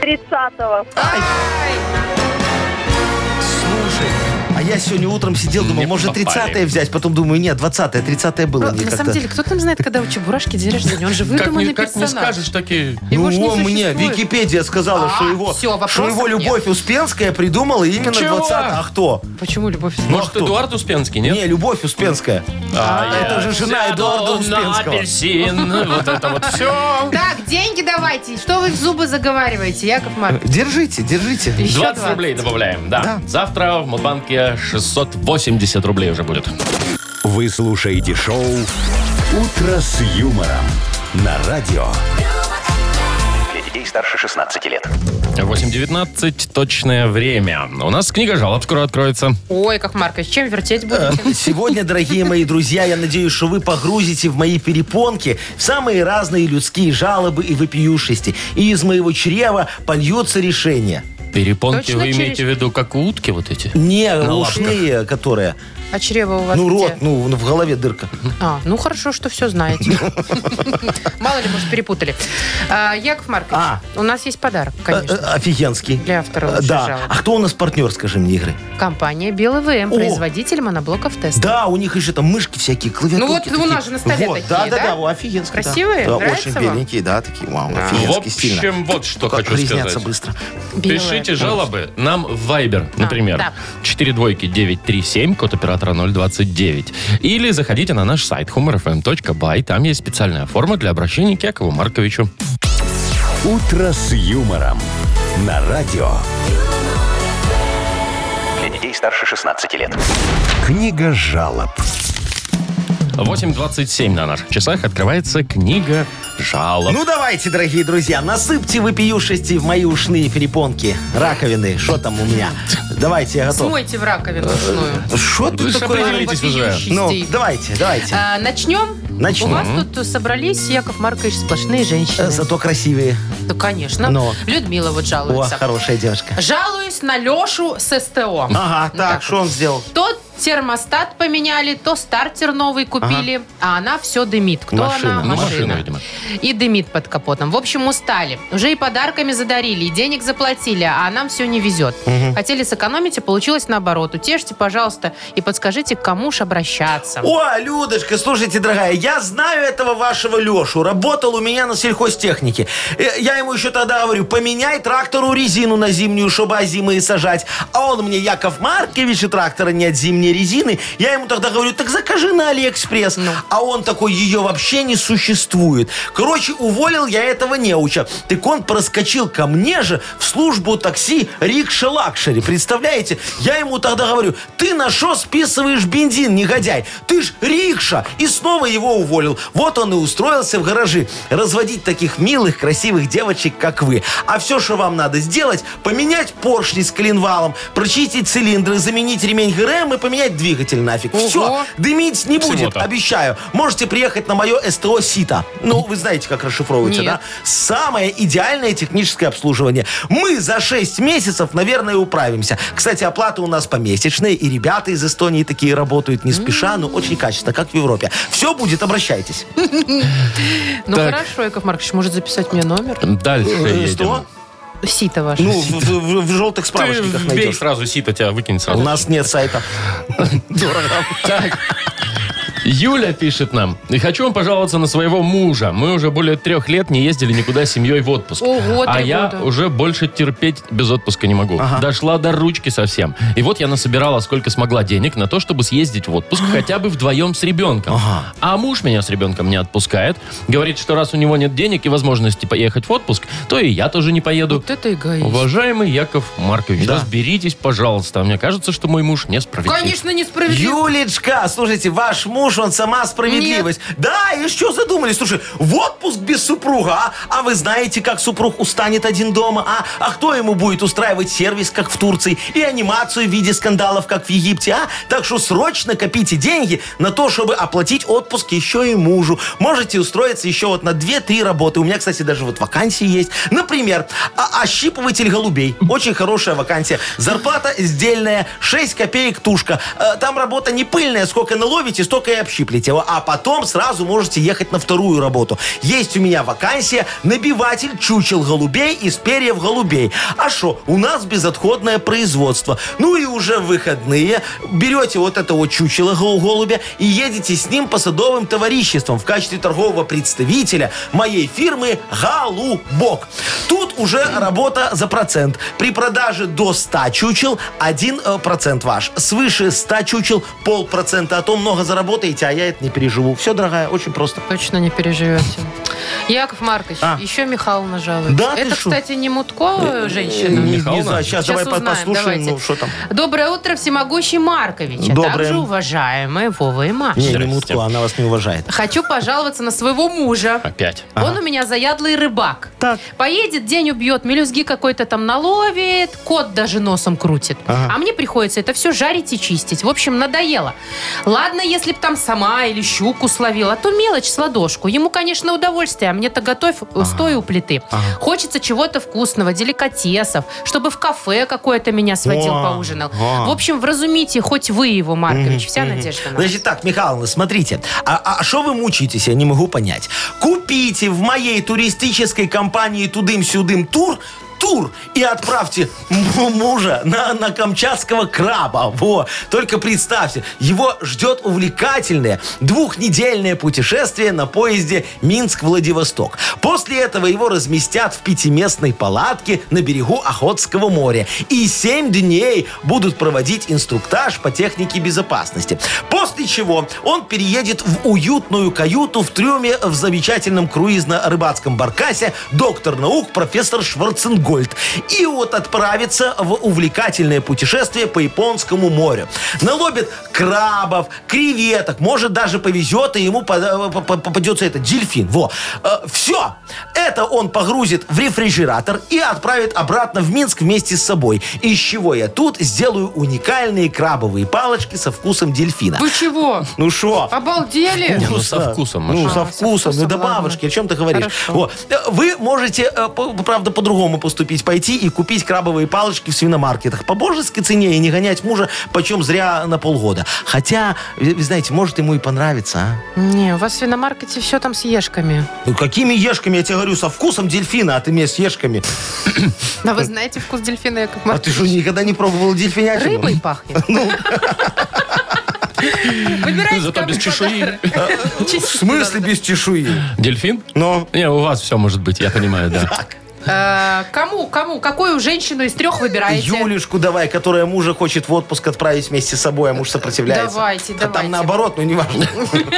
G: 30-го.
D: Слушай, а я сегодня утром сидел, думал,
B: Не
D: может
B: попали.
D: 30-е взять, потом думаю, нет, 20-е, 30-е было
C: Ну,
D: мне
C: На
D: как-то.
C: самом деле, кто там знает, когда у Чебурашки день рождения? Он же
B: Как
C: выдуманный
B: не, как не
C: персонаж.
B: скажешь такие...
C: Его ж не
D: ну, он мне,
C: существует.
D: Википедия сказала,
C: А,
D: что его,
C: всё, вопросов
D: что его
C: нет.
D: Любовь Успенская придумала именно
B: Чего?
D: 20 А кто?
C: Почему любовь?
B: Ну, Может,
D: кто?
B: Эдуард Успенский, а нет?
D: Не, Любовь Успенская.
B: А,
D: это
B: я
D: же жена
B: сяду
D: Эдуарда
B: на
D: Успенского.
B: апельсин. Вот это вот все.
C: Так, деньги давайте. Что вы в зубы заговариваете, Яков Марк?
D: Держите, держите.
C: Еще
B: 20 рублей добавляем, да. Завтра в Мудбанке 680 рублей уже будет.
A: Вы слушаете шоу «Утро с юмором» на радио.
F: Для детей старше 16 лет.
B: 8.19 точное время. У нас книга жалоб скоро откроется.
C: Ой, как Маркович, чем вертеть будете?
D: Сегодня, дорогие мои друзья, я надеюсь, что вы погрузите в мои перепонки самые разные людские жалобы и вопиюшести. И из моего чрева польются решения.
B: Перепонки
C: Точно
B: вы имеете
C: через-
B: в виду, как у утки вот эти?
D: Не
B: На
D: ушные, которые.
C: А чрево у вас
D: Ну,
C: где?
D: рот, ну, в голове дырка.
C: А, ну хорошо, что все знаете. Мало ли, может, перепутали. А, Яков Маркович,
D: А.
C: у нас есть подарок,
D: Э,
C: конечно.
D: э, Офигенский.
C: Для автора
D: Э,
C: лучшей
D: Да.
C: жалобы.
D: А кто у нас партнер, скажи мне, игры?
C: Компания Белый ВМ,
D: О.
C: производитель моноблоков тест.
D: Да, у них еще там мышки всякие, клавиатуры.
C: Ну вот у нас же на столе такие,
D: да, да,
C: да?
D: да, о, офигенские. да.
C: Красивые?
H: Да,
C: Нравится
H: очень
C: вам?
H: беленькие, да, такие, вау,
B: В
H: офигенски стильно.
B: общем, вот что
D: Как
B: хочу
D: разнятся
B: сказать.
D: быстро.
C: Белое.
B: Пишите жалобы нам в Viber, например.
C: А, да.
B: 4 двойки 937, код оператора 029. Или заходите на наш сайт humorfm.by. Там есть специальная форма для обращения к Якову Марковичу.
A: «Утро с юмором» на радио.
F: Для детей старше 16 лет.
A: Книга жалоб.
B: 8.27 на наших часах открывается книга жалоб.
D: Ну давайте, дорогие друзья, насыпьте выпиюшести в мои ушные перепонки. Раковины, что там у меня? Давайте, я готов.
C: Смойте в
D: Э,
C: раковину ручную.
D: Что
B: Вы
D: тут
B: ж
D: такое?
B: определитесь уже.
D: Ну, давайте, давайте.
C: А, начнем?
D: Начнем.
C: У вас тут собрались, Яков Маркович, сплошные женщины.
D: Э, Зато красивые.
C: Ну, конечно.
D: Но.
C: Людмила вот
D: О,
C: жалуется.
D: хорошая девушка.
C: Жалуюсь на Лешу с СТО.
D: Ага,
C: Ну,
D: так,
C: вот.
D: что он сделал?
C: То термостат поменяли, то стартер новый купили, а она все дымит. Кто
D: Машина.
C: она?
B: Ну, машина, видимо.
C: И дымит под капотом. В общем, устали. Уже и подарками задарили, и денег заплатили, а нам все не везет. Хотели сэкономить, а получилось наоборот. Утешьте, пожалуйста, и подскажите, к кому ж обращаться.
D: О, Людочка, слушайте, дорогая, я знаю этого вашего Лешу. Работал у меня на сельхозтехнике. Э, Я ему еще тогда говорю, поменяй трактору резину на зимнюю, чтобы озимые сажать. А он мне, Яков Маркович, и трактора нет зимней резины. Я ему тогда говорю, так закажи на Алиэкспресс. А он такой, ее вообще не существует. Короче, уволил я этого неуча. Так он проскочил ко мне же в службу такси Рикша Лакшери. Представляете? Я ему тогда говорю, ты на что списываешь бензин, негодяй? Ты ж Рикша! И снова его уволил. Вот он и устроился в гаражи. Разводить таких милых, красивых девочек, как вы. А все, что вам надо сделать, поменять поршни с коленвалом, прочистить цилиндры, заменить ремень ГРМ и поменять двигатель нафиг. Все, дымить не будет,
B: Всего-то.
D: обещаю. Можете приехать на мое СТО «Сито». Ну, вы знаете, как расшифровывается,
C: Нет.
D: да? Самое идеальное техническое обслуживание. Мы за 6 месяцев, наверное, управимся. Кстати, оплата у нас помесячная, и ребята из Эстонии такие работают не спеша, но очень качественно, как в Европе. Все будет, обращайтесь.
C: Ну
B: Так.
C: хорошо, Яков Маркович, может записать мне номер?
B: Дальше
D: Э,
B: едем.
D: Что?
C: Сито ваше.
D: Ну, в, в- в- в желтых
B: Ты
D: справочниках
B: бей
D: найдешь.
B: сразу сито, тебя выкинет
D: У
B: сразу.
D: нас нет сайта.
B: Так. Юля пишет нам. И хочу вам пожаловаться на своего мужа. Мы уже более трех лет не ездили никуда с семьей в отпуск.
C: Ого,
B: а
C: три
B: я
C: года.
B: уже больше терпеть без отпуска не могу. Дошла до ручки совсем. И вот я насобирала сколько смогла денег на то, чтобы съездить в отпуск хотя бы вдвоем с ребенком. А муж меня с ребенком не отпускает. Говорит, что раз у него нет денег и возможности поехать в отпуск, то и я тоже не поеду.
C: Вот это эгоист.
B: Уважаемый Яков Маркович,
D: Да.
B: разберитесь, пожалуйста. Мне кажется, что мой муж несправедлив.
C: Конечно, несправедливо.
D: Юлечка, слушайте, ваш муж, он сама справедливость. Да, и что задумали? Слушай, в отпуск без супруга, а? А вы знаете, как супруг устанет один дома, а? А кто ему будет устраивать сервис, как в Турции, и анимацию в виде скандалов, как в Египте, а? Так что срочно копите деньги на то, чтобы оплатить отпуск еще и мужу. Можете устроиться еще вот на 2-3 работы. У меня, кстати, даже вот вакансии есть. Например, о- ощипыватель голубей. Очень хорошая вакансия. Зарплата сдельная, 6 копеек тушка. Э, Там работа не пыльная, сколько наловите, столько и общиплете. А потом сразу можете ехать на вторую работу. Есть у меня вакансия набиватель чучел голубей из перьев голубей. А что, у нас безотходное производство. Ну и уже в выходные берете вот это вот чучело гол- голубя и едете с ним по садовым товариществам в качестве торгового представителя моей фирмы «Голубок». Тут уже работа за процент. При продаже до 100 чучел 1% ваш. Свыше 100 чучел полпроцента. А то много заработаете, а я это не переживу. Все, дорогая, очень просто.
C: Точно не переживете. Яков Маркович,
D: А.
C: еще Михайловна жалуется.
D: Да ты
C: Это,
D: шо?
C: кстати, не Мутко э, женщина?
D: Не- не
B: Михайловна?
D: знаю, сейчас, давай по-
C: узнаем,
D: послушаем,
C: давайте.
D: ну что там.
C: Доброе утро, всемогущий Маркович, а
D: Доброе.
C: также уважаемые Вова и Маша.
D: Не, не
B: Здрасте.
D: мутку, она вас не уважает.
C: Хочу пожаловаться на своего мужа.
B: Опять.
D: А,
C: Он у меня заядлый рыбак. Поедет, день убьет, мелюзги какой-то там наловит, кот даже носом крутит. А мне приходится это все жарить и чистить. В общем, надоело. Ладно, если б там сама или щуку словила, а то мелочь с ладошку. Ему, конечно, удовольствие, а мне-то готовь, э, стой у плиты. Хочется чего-то вкусного, деликатесов, чтобы в кафе какое-то меня сводил,
D: О,
C: поужинал.
D: о.
C: В общем, вразумите хоть вы его, Маркович. Вся надежда на вас.
D: Значит так, Михайловна, смотрите, а что вы мучаетесь, я не могу понять. Купите в моей туристической компании Тудым-Сюдым Тур тур и отправьте му- мужа на, на камчатского краба. Во. Только представьте, его ждет увлекательное двухнедельное путешествие на поезде Минск-Владивосток. После этого его разместят в пятиместной палатке на берегу Охотского моря. И семь дней будут проводить инструктаж по технике безопасности. После чего он переедет в уютную каюту в трюме в замечательном круизно-рыбацком баркасе доктор наук профессор Шварценгольд. И вот отправится в увлекательное путешествие по Японскому морю. Наловит крабов, креветок, может даже повезет, и ему под- по- по- попадется это дельфин. Во. все. Это он погрузит в рефрижератор и отправит обратно в Минск вместе с собой. Из чего я тут сделаю уникальные крабовые палочки со вкусом дельфина.
C: Вы чего?
D: Ну что?
C: Обалдели?
B: Ну, со вкусом, Маша.
D: Ну, со
C: А, со
D: вкусом, ну
C: вкусом,
D: добавочки,
C: ладно.
D: о чем ты говоришь?
C: Хорошо.
D: Вот. Э, Вы можете, э, по- правда, по-другому поступить, пойти и купить крабовые палочки в свиномаркетах по божеской цене и не гонять мужа почем зря на полгода. Хотя, вы вы знаете, может ему и понравится,
C: Не, у вас в свиномаркете все там с ешками.
D: а? Ну, какими ешками, я тебе говорю, со вкусом дельфина, а ты мне с ешками.
C: Да А вы знаете вкус дельфина, Яков
D: А ты
C: Маркович?
D: же никогда не пробовал дельфинятину?
C: Рыбой пахнет. Выбирайте
B: Ну. Зато без
C: кому
B: чешуи.
C: подарок.
D: В смысле без чешуи?
B: Дельфин?
D: Ну,
B: Не, у вас все может быть, я понимаю, да.
C: Э, Кому, кому? Какую женщину из трех выбираете?
D: Юлюшку давай, которая мужа хочет в отпуск отправить вместе с собой, а муж сопротивляется.
C: Давайте,
D: А
C: давайте.
D: там наоборот, ну неважно.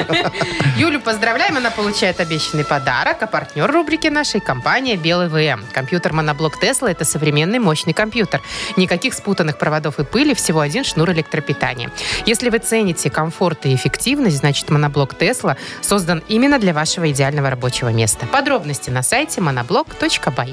C: Юлю поздравляем, она получает обещанный подарок, а партнер рубрики нашей – компания «Белый ВМ». Компьютер моноблок Тесла – это современный мощный компьютер. Никаких спутанных проводов и пыли, всего один шнур электропитания. Если вы цените комфорт и эффективность, значит моноблок Тесла создан именно для вашего идеального рабочего места. Подробности на сайте monoblock.by.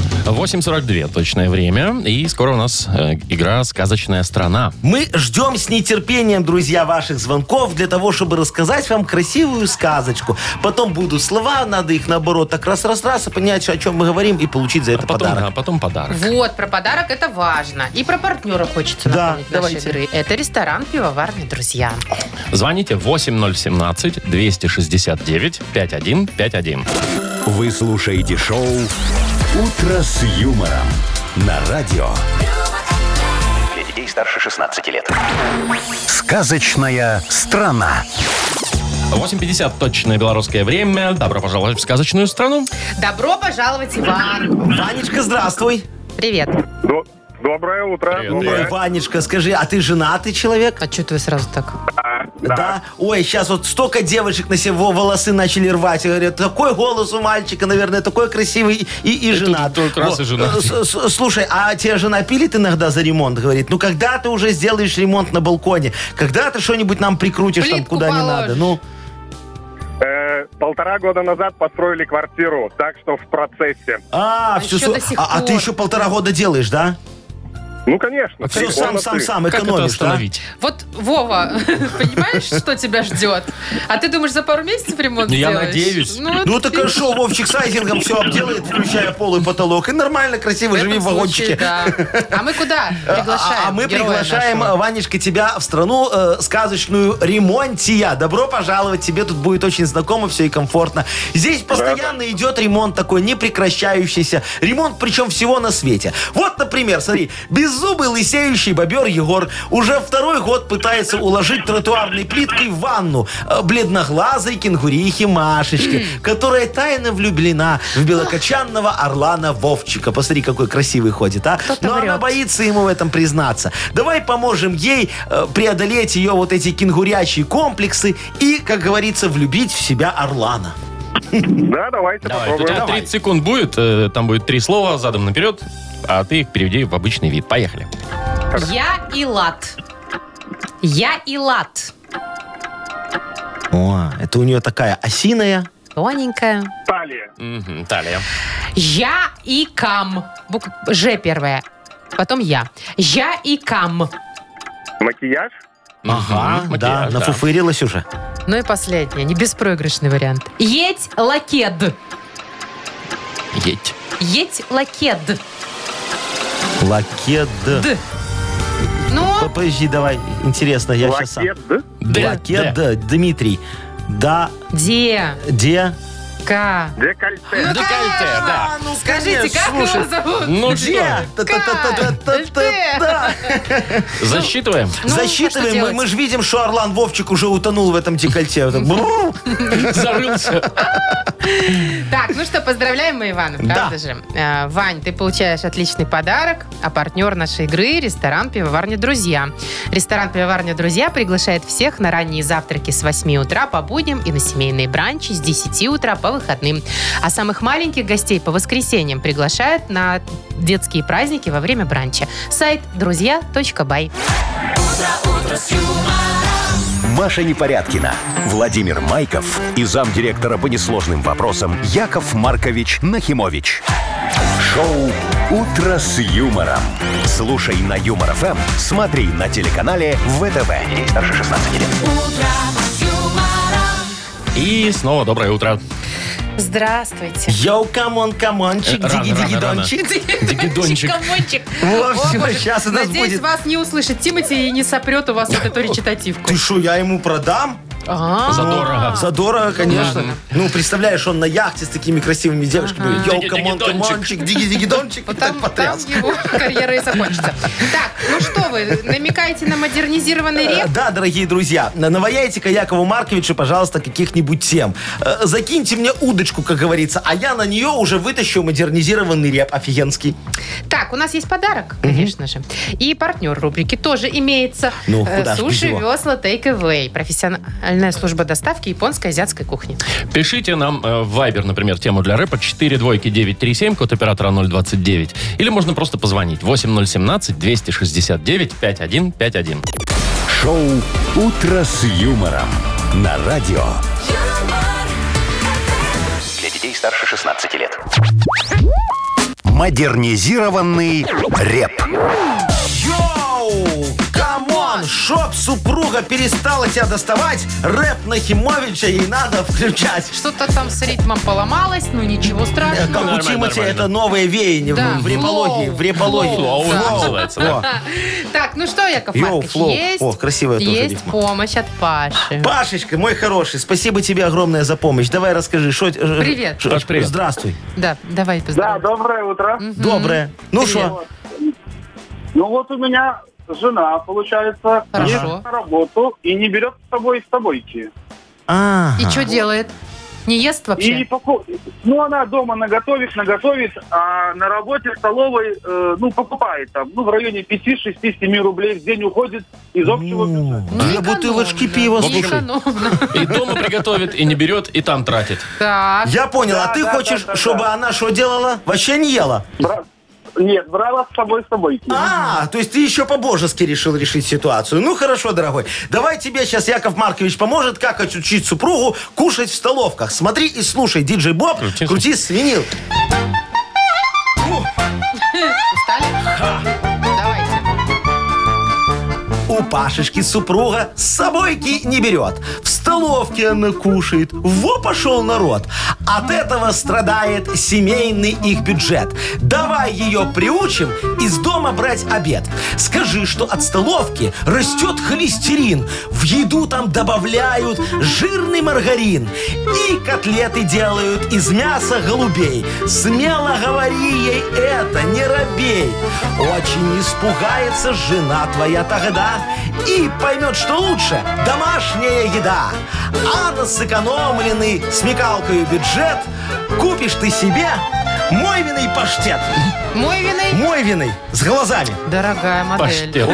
B: 8.42 точное время. И скоро у нас э, игра «Сказочная страна».
D: Мы ждем с нетерпением, друзья, ваших звонков для того, чтобы рассказать вам красивую сказочку. Потом будут слова, надо их наоборот так раз-раз-раз и понять, о чем мы говорим, и получить за это
B: А потом,
D: подарок.
B: а потом подарок.
C: Вот, про подарок это важно. И про партнера хочется
D: Да,
C: напомнить нашей
D: давайте.
C: игры. Это ресторан «Пивоварные друзья».
B: Звоните 8017-269-5151.
A: Вы слушаете шоу «Утро с юмором» на радио.
F: Для детей старше 16 лет.
A: Сказочная страна.
B: 8.50 точное белорусское время. Добро пожаловать в сказочную страну.
C: Добро пожаловать, Иван.
D: Ванечка, здравствуй.
C: Привет.
H: До- Доброе утро.
B: Привет,
H: Доброе.
D: Ой, Ванечка, скажи, а ты женатый человек?
C: А что ты сразу так?
H: Да.
D: Ой, сейчас вот столько девочек на себе во- волосы начали рвать. И Говорят, такой голос у мальчика, наверное, такой красивый и, и женат.
B: тут как раз и
D: Вот.
B: женат.
D: С- с- Слушай, а тебя жена пилит иногда за ремонт? Говорит, ну когда ты уже сделаешь ремонт на балконе? Когда ты что-нибудь нам прикрутишь там,
C: Плитку
D: куда не
C: положишь.
D: надо? Ну,
H: Э, полтора года назад построили квартиру, так что в процессе.
D: а,
C: А
D: всё
C: еще
D: сл-
C: до сих
D: а, а ты
C: пор.
D: еще полтора года делаешь, да?
H: Ну, конечно.
D: Все
H: ты,
D: сам,
H: он,
D: сам,
H: ты.
D: сам
B: А Как это
D: экономишь, да?
B: остановить?
C: Вот, Вова, понимаешь, что тебя ждет? А ты думаешь, за пару месяцев ремонт
B: Ну, я
C: сделаешь?
B: надеюсь.
C: вот
D: Ну так
C: ты-
D: а шо, Вовчик сайдингом все обделает, включая пол и потолок. И нормально, красиво,
C: в
D: живи
C: этом
D: в
C: случае,
D: вагончике.
C: да. А мы куда приглашаем?
D: А, а мы
C: героя
D: приглашаем,
C: нашего?
D: Ванечка, тебя в страну э, сказочную ремонтия. Добро пожаловать, тебе тут будет очень знакомо все и комфортно. Здесь постоянно идет ремонт такой непрекращающийся. Ремонт причем всего на свете. Вот, например, смотри, беззубый лысеющий бобер Егор уже второй год пытается уложить тротуарной плиткой в ванну э, бледноглазой кенгурихи Машечки, которая тайно влюблена в белокочанного орлана Вовчика. Посмотри, какой красивый ходит, а?
C: Кто-то
D: Но она
C: врет.
D: боится ему в этом признаться. Давай поможем ей э, преодолеть ее вот эти кенгурячие комплексы и, как говорится, влюбить в себя орлана.
H: Да, давайте
B: Давай, у
H: попробуем.
B: тебя 30 секунд будет, э, там будет три слова задом наперед, а ты их переведи в обычный вид. Поехали.
C: Я и лад. Я и лад.
D: О, это у нее такая осиная.
C: Тоненькая.
H: Талия.
B: Мгм, Талия.
C: Я и кам. Буква Ж первая. Потом я. Я и кам.
H: Макияж.
D: Ага,
B: Мгм,
D: да,
B: макияж,
D: нафуфырилась уже.
C: Ну и последнее, не беспроигрышный вариант. Едь лакед.
B: Едь.
C: Едь лакед.
D: Лакед.
C: Д. Ну,
D: Подожди, давай, интересно, я сейчас сам.
H: Лакет, да?
B: Д,
D: Лакед,
B: Д.
D: Дмитрий. Да,
C: де,
D: де,
C: ка.
H: Декольте.
B: Декольте, да.
C: А, ну, Скажите, как его зовут?
B: Ну
D: Где?
B: что,
D: Та-та-та-та-та-та-та.
B: засчитываем?
C: Ну, а что
D: Засчитываем, мы-
C: делать?
D: мы же видим, что Орлан Вовчик уже утонул в этом декольте. Вот так, бру.
B: Зарылся.
C: Так, ну что, поздравляем мы Ивана, правда
D: Да.
C: же? Э, Вань, ты получаешь отличный подарок, а партнер нашей игры – ресторан «Пивоварня Друзья». Ресторан «Пивоварня Друзья» приглашает всех на ранние завтраки с 8 утра по будням и на семейные бранчи с 10 утра по выходным. А самых маленьких гостей по воскресеньям приглашают на детские праздники во время бранча. Сайт друзья.бай.
A: Маша Непорядкина, Владимир Майков и замдиректора по несложным вопросам Яков Маркович Нахимович. Шоу «Утро с юмором». Слушай на Юмор ФМ, смотри на телеканале ВТВ. Ей старше 16 лет.
B: И снова доброе утро.
C: Здравствуйте.
D: Йоу, камон, камончик,
B: Э, рано, рано,
D: диги-диги-дончик.
B: Дигидончик.
C: Комочек.
D: Во,
C: О,
D: всё,
C: боже.
D: щас у нас
C: Надеюсь,
D: будет.
C: вас не услышит Тимати и не сопрет у вас вот эту речитативку.
D: Ты что, я ему продам?
C: А,
B: Задорого.
D: Задорого, конечно. Ну, представляешь, он на яхте с такими красивыми девушками. Йоу, камон,
B: Диги-диги-дончик.
D: камончик, диги-диги-дончик. И так
C: Там, там
D: потряс.
C: его карьера и закончится. Так, ну что вы, намекаете на модернизированный
D: Э,
C: реп?
D: Да, дорогие друзья, на- наваяйте-ка Якову Марковичу, пожалуйста, каких-нибудь тем. Э, Закиньте мне удочку, как говорится, а я на нее уже вытащу модернизированный реп офигенский.
C: Так, у нас есть подарок, конечно же. И партнер рубрики тоже имеется.
D: Ну,
C: Э,
D: куда ж без
C: Суши
D: него.
C: весла Take Away. Профессиональная служба доставки японской и азиатской кухни.
B: Пишите нам э, в Viber, например, тему для рэпа 4 двойки 937, код оператора 029. Или можно просто позвонить 8017 269 5151.
A: Шоу «Утро с юмором» на радио.
F: Для детей старше 16 лет.
A: Модернизированный реп.
D: Йоу, камон, Вован, чтоб супруга перестала тебя доставать, рэп Нахимовича ей надо включать.
C: Что-то там с ритмом поломалось, ну ничего
D: Э,
C: страшного.
D: Как у
B: нормально,
D: Тимати,
B: нормально.
D: это новое веяние в-
C: Да,
D: в репологии.
C: флоу.
D: В репологии.
B: Флоу,
D: Флоу.
B: это называется, да.
C: Так, ну что, Яков
D: Йоу,
C: Маркович,
D: Флоу.
C: есть,
D: О, красивая тоже
C: есть
D: рифма.
C: помощь от Паши.
D: Пашечка, мой хороший, спасибо тебе огромное за помощь. Давай расскажи, что...
C: Привет.
B: Паш, привет.
D: Здравствуй.
C: Да, давай
E: Да,
C: поздравим.
E: доброе утро.
D: Доброе. Ну что?
E: Ну вот у меня жена, получается,
C: Хорошо.
E: ездит на работу и не берет с собой стойки.
D: А,
C: И что делает? Не ест
E: И
C: вообще?
E: поку- ну она дома наготовит, наготовит, а на работе в столовой, э, ну покупает там, ну в районе 5-6-7 рублей в день уходит из общего бюджета.
D: Ну, Две
C: Ну, экономно.
D: бутылочки пива,
C: Не
D: слушай.
C: экономно.
B: И дома приготовит, и не берет, и там тратит.
C: Так,
D: Я понял, а
E: Да,
D: ты
E: да,
D: хочешь,
E: да, да,
D: чтобы
E: да.
D: она что делала? Вообще не ела?
E: Бра- Нет, брала с собой с собой.
D: А, то есть ты еще по-божески решил решить ситуацию. Ну хорошо, дорогой. Давай тебе сейчас Яков Маркович поможет, как отучить супругу кушать в столовках. Смотри и слушай, диджей Боб,
B: Крути.
D: крути свинил.
C: устали? Давайте.
D: У Пашечки супруга с собойки не берет. В столовке она кушает. Во пошел народ. От этого страдает семейный их бюджет. Давай ее приучим из дома брать обед. Скажи, что от столовки растет холестерин. В еду там добавляют жирный маргарин. И котлеты делают из мяса голубей. Смело говори ей это, не робей. Очень испугается жена твоя тогда и поймет, что лучше домашняя еда. А на сэкономленный смекалкою бюджет купишь ты себе мой виной паштет.
C: Мой виной.
D: Мой виной с глазами.
C: Дорогая модель.
B: Паштет.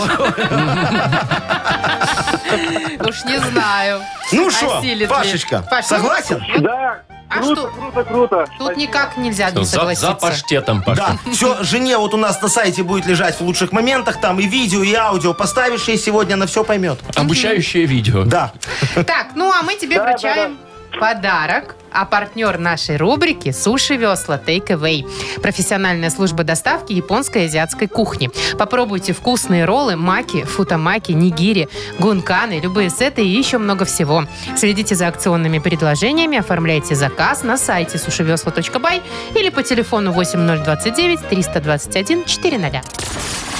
C: Уж не знаю.
D: Ну что,
C: Осилит ли.
D: Пашечка,
C: Паш, ну,
D: согласен?
E: Да,
C: А
E: круто,
C: что?
E: круто, круто.
C: Тут никак нельзя
B: За,
C: не
B: за
C: согласиться.
B: паштетом, Паш.
D: Да, все, жене вот у нас на сайте будет лежать в лучших моментах, там и видео, и аудио. Поставишь ей сегодня, она все поймет.
B: Обучающее видео.
D: Да.
C: Так, ну а мы тебе
E: Да,
C: вручаем подарок. А партнер нашей рубрики – суши весла Take Away. Профессиональная служба доставки японской и азиатской кухни. Попробуйте вкусные роллы, маки, футамаки, нигири, гунканы, любые сеты и еще много всего. Следите за акционными предложениями, оформляйте заказ на сайте сушевесла.бай или по телефону 8029 321 400.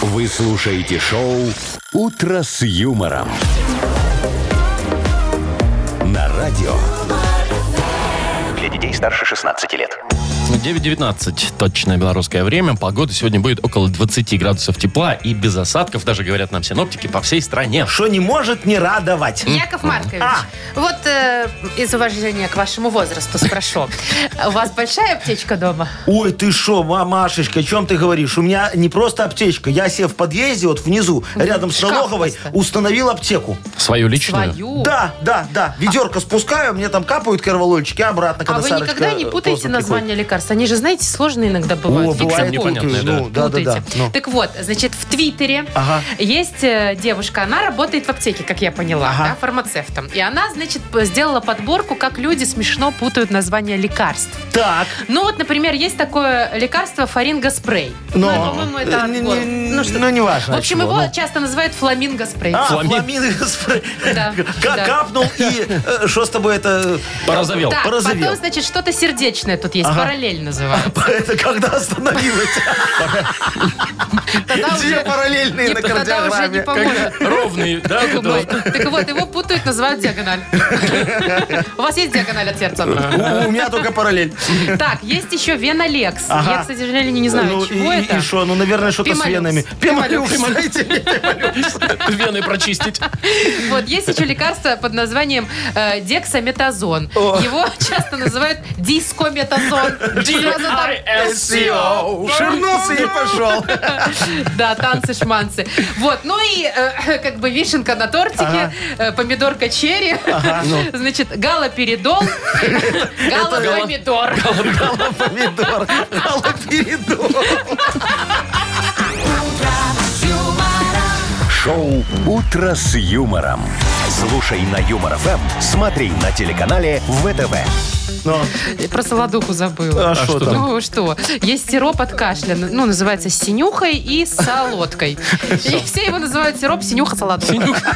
A: Вы слушаете шоу «Утро с юмором». На радио.
F: Для детей старше 16 лет.
B: 9.19, точное белорусское время. Погода сегодня будет около 20 градусов тепла и без осадков, даже говорят нам синоптики, по всей стране.
D: Что не может не радовать.
C: Яков Маркович,
D: А.
C: вот э, из уважения к вашему возрасту спрошу. У вас большая аптечка дома?
D: Ой, ты шо, мамашечка, о чем ты говоришь? У меня не просто аптечка. Я себе в подъезде, вот внизу, рядом с
C: шкаф
D: налоговой,
C: просто.
D: установил аптеку.
B: Свою личную.
C: Твою?
D: Да, да, да. Ведерко спускаю, мне там капают корвалольчики, а обратно,
C: А
D: когда
C: вы
D: Сарочка,
C: никогда не
D: э,
C: путаете
D: поздно
C: названия лекарств? Они же, знаете, сложные иногда
D: приходит.
C: бывают.
D: О,
C: Фиг
D: бывает,
C: его
B: непонятно.
D: путаешь,
B: непонятное,
D: ну, да, да, да.
C: путаете.
D: ну.
C: Так вот, значит, в Твиттере
D: Ага.
C: есть э, девушка, она работает в аптеке, как я поняла,
D: Ага.
C: да, фармацевтом. И она, значит, п- сделала подборку, как люди смешно путают названия лекарств.
D: Так,
C: Ну вот, например, есть такое лекарство фарингоспрей.
D: но...
C: Ну, по-моему, это
D: Э, не-
C: от горла.
D: не-
C: Ну, что-
D: ну, не важно.
C: В общем, его часто называют фламинго спрей.
D: А,
B: Фламин.
D: фламин спрей.
C: Да,
D: Ка-
C: да.
D: Капнул и э, что с тобой это...
B: Порозовел.
C: Так,
D: порозовел.
C: потом, значит, что-то сердечное тут есть, параллель называют.
D: Это когда остановилось?
C: Тогда
D: Две
C: уже-
D: параллельные
C: не-
D: на
C: тогда уже не
D: кардиограмме.
C: поможет.
B: Ровный, да? вот это
C: Ой,
B: вот.
C: Так вот, его путают, называют диагональ. У вас есть диагональ от сердца?
D: У у меня только параллель.
C: Так, есть еще венолекс.
D: Ага.
C: Я, кстати, к сожалению, не знаю,
D: Ну,
C: чего
D: и-
C: это.
D: И что? Ну, наверное, что-то с
C: Пемолюкс.
D: венами.
C: Пемолюкс.
D: Пемолюкс, знаете?
B: Вены прочистить. А
C: Вот, есть еще лекарство под названием э, дексаметазон. Его часто называют дискометазон. Сразу так
B: DISCO.
D: Ширнулся и пошел.
C: Да, танцы, шманцы. Вот, ну и э, как бы вишенка на тортике, э, помидорка черри, значит, галоперидол, галопомидор.
D: Гала помидор, гала передор.
A: Шоу «Утро с юмором». Слушай на Юмор ФМ, смотри на телеканале ВТВ.
D: Ну,
C: Я Про солодуху забыла.
D: а что там?
C: Ну что, есть сироп от кашля, ну, называется с синюхой и с солодкой. И все его называют сироп синюха-солодуха.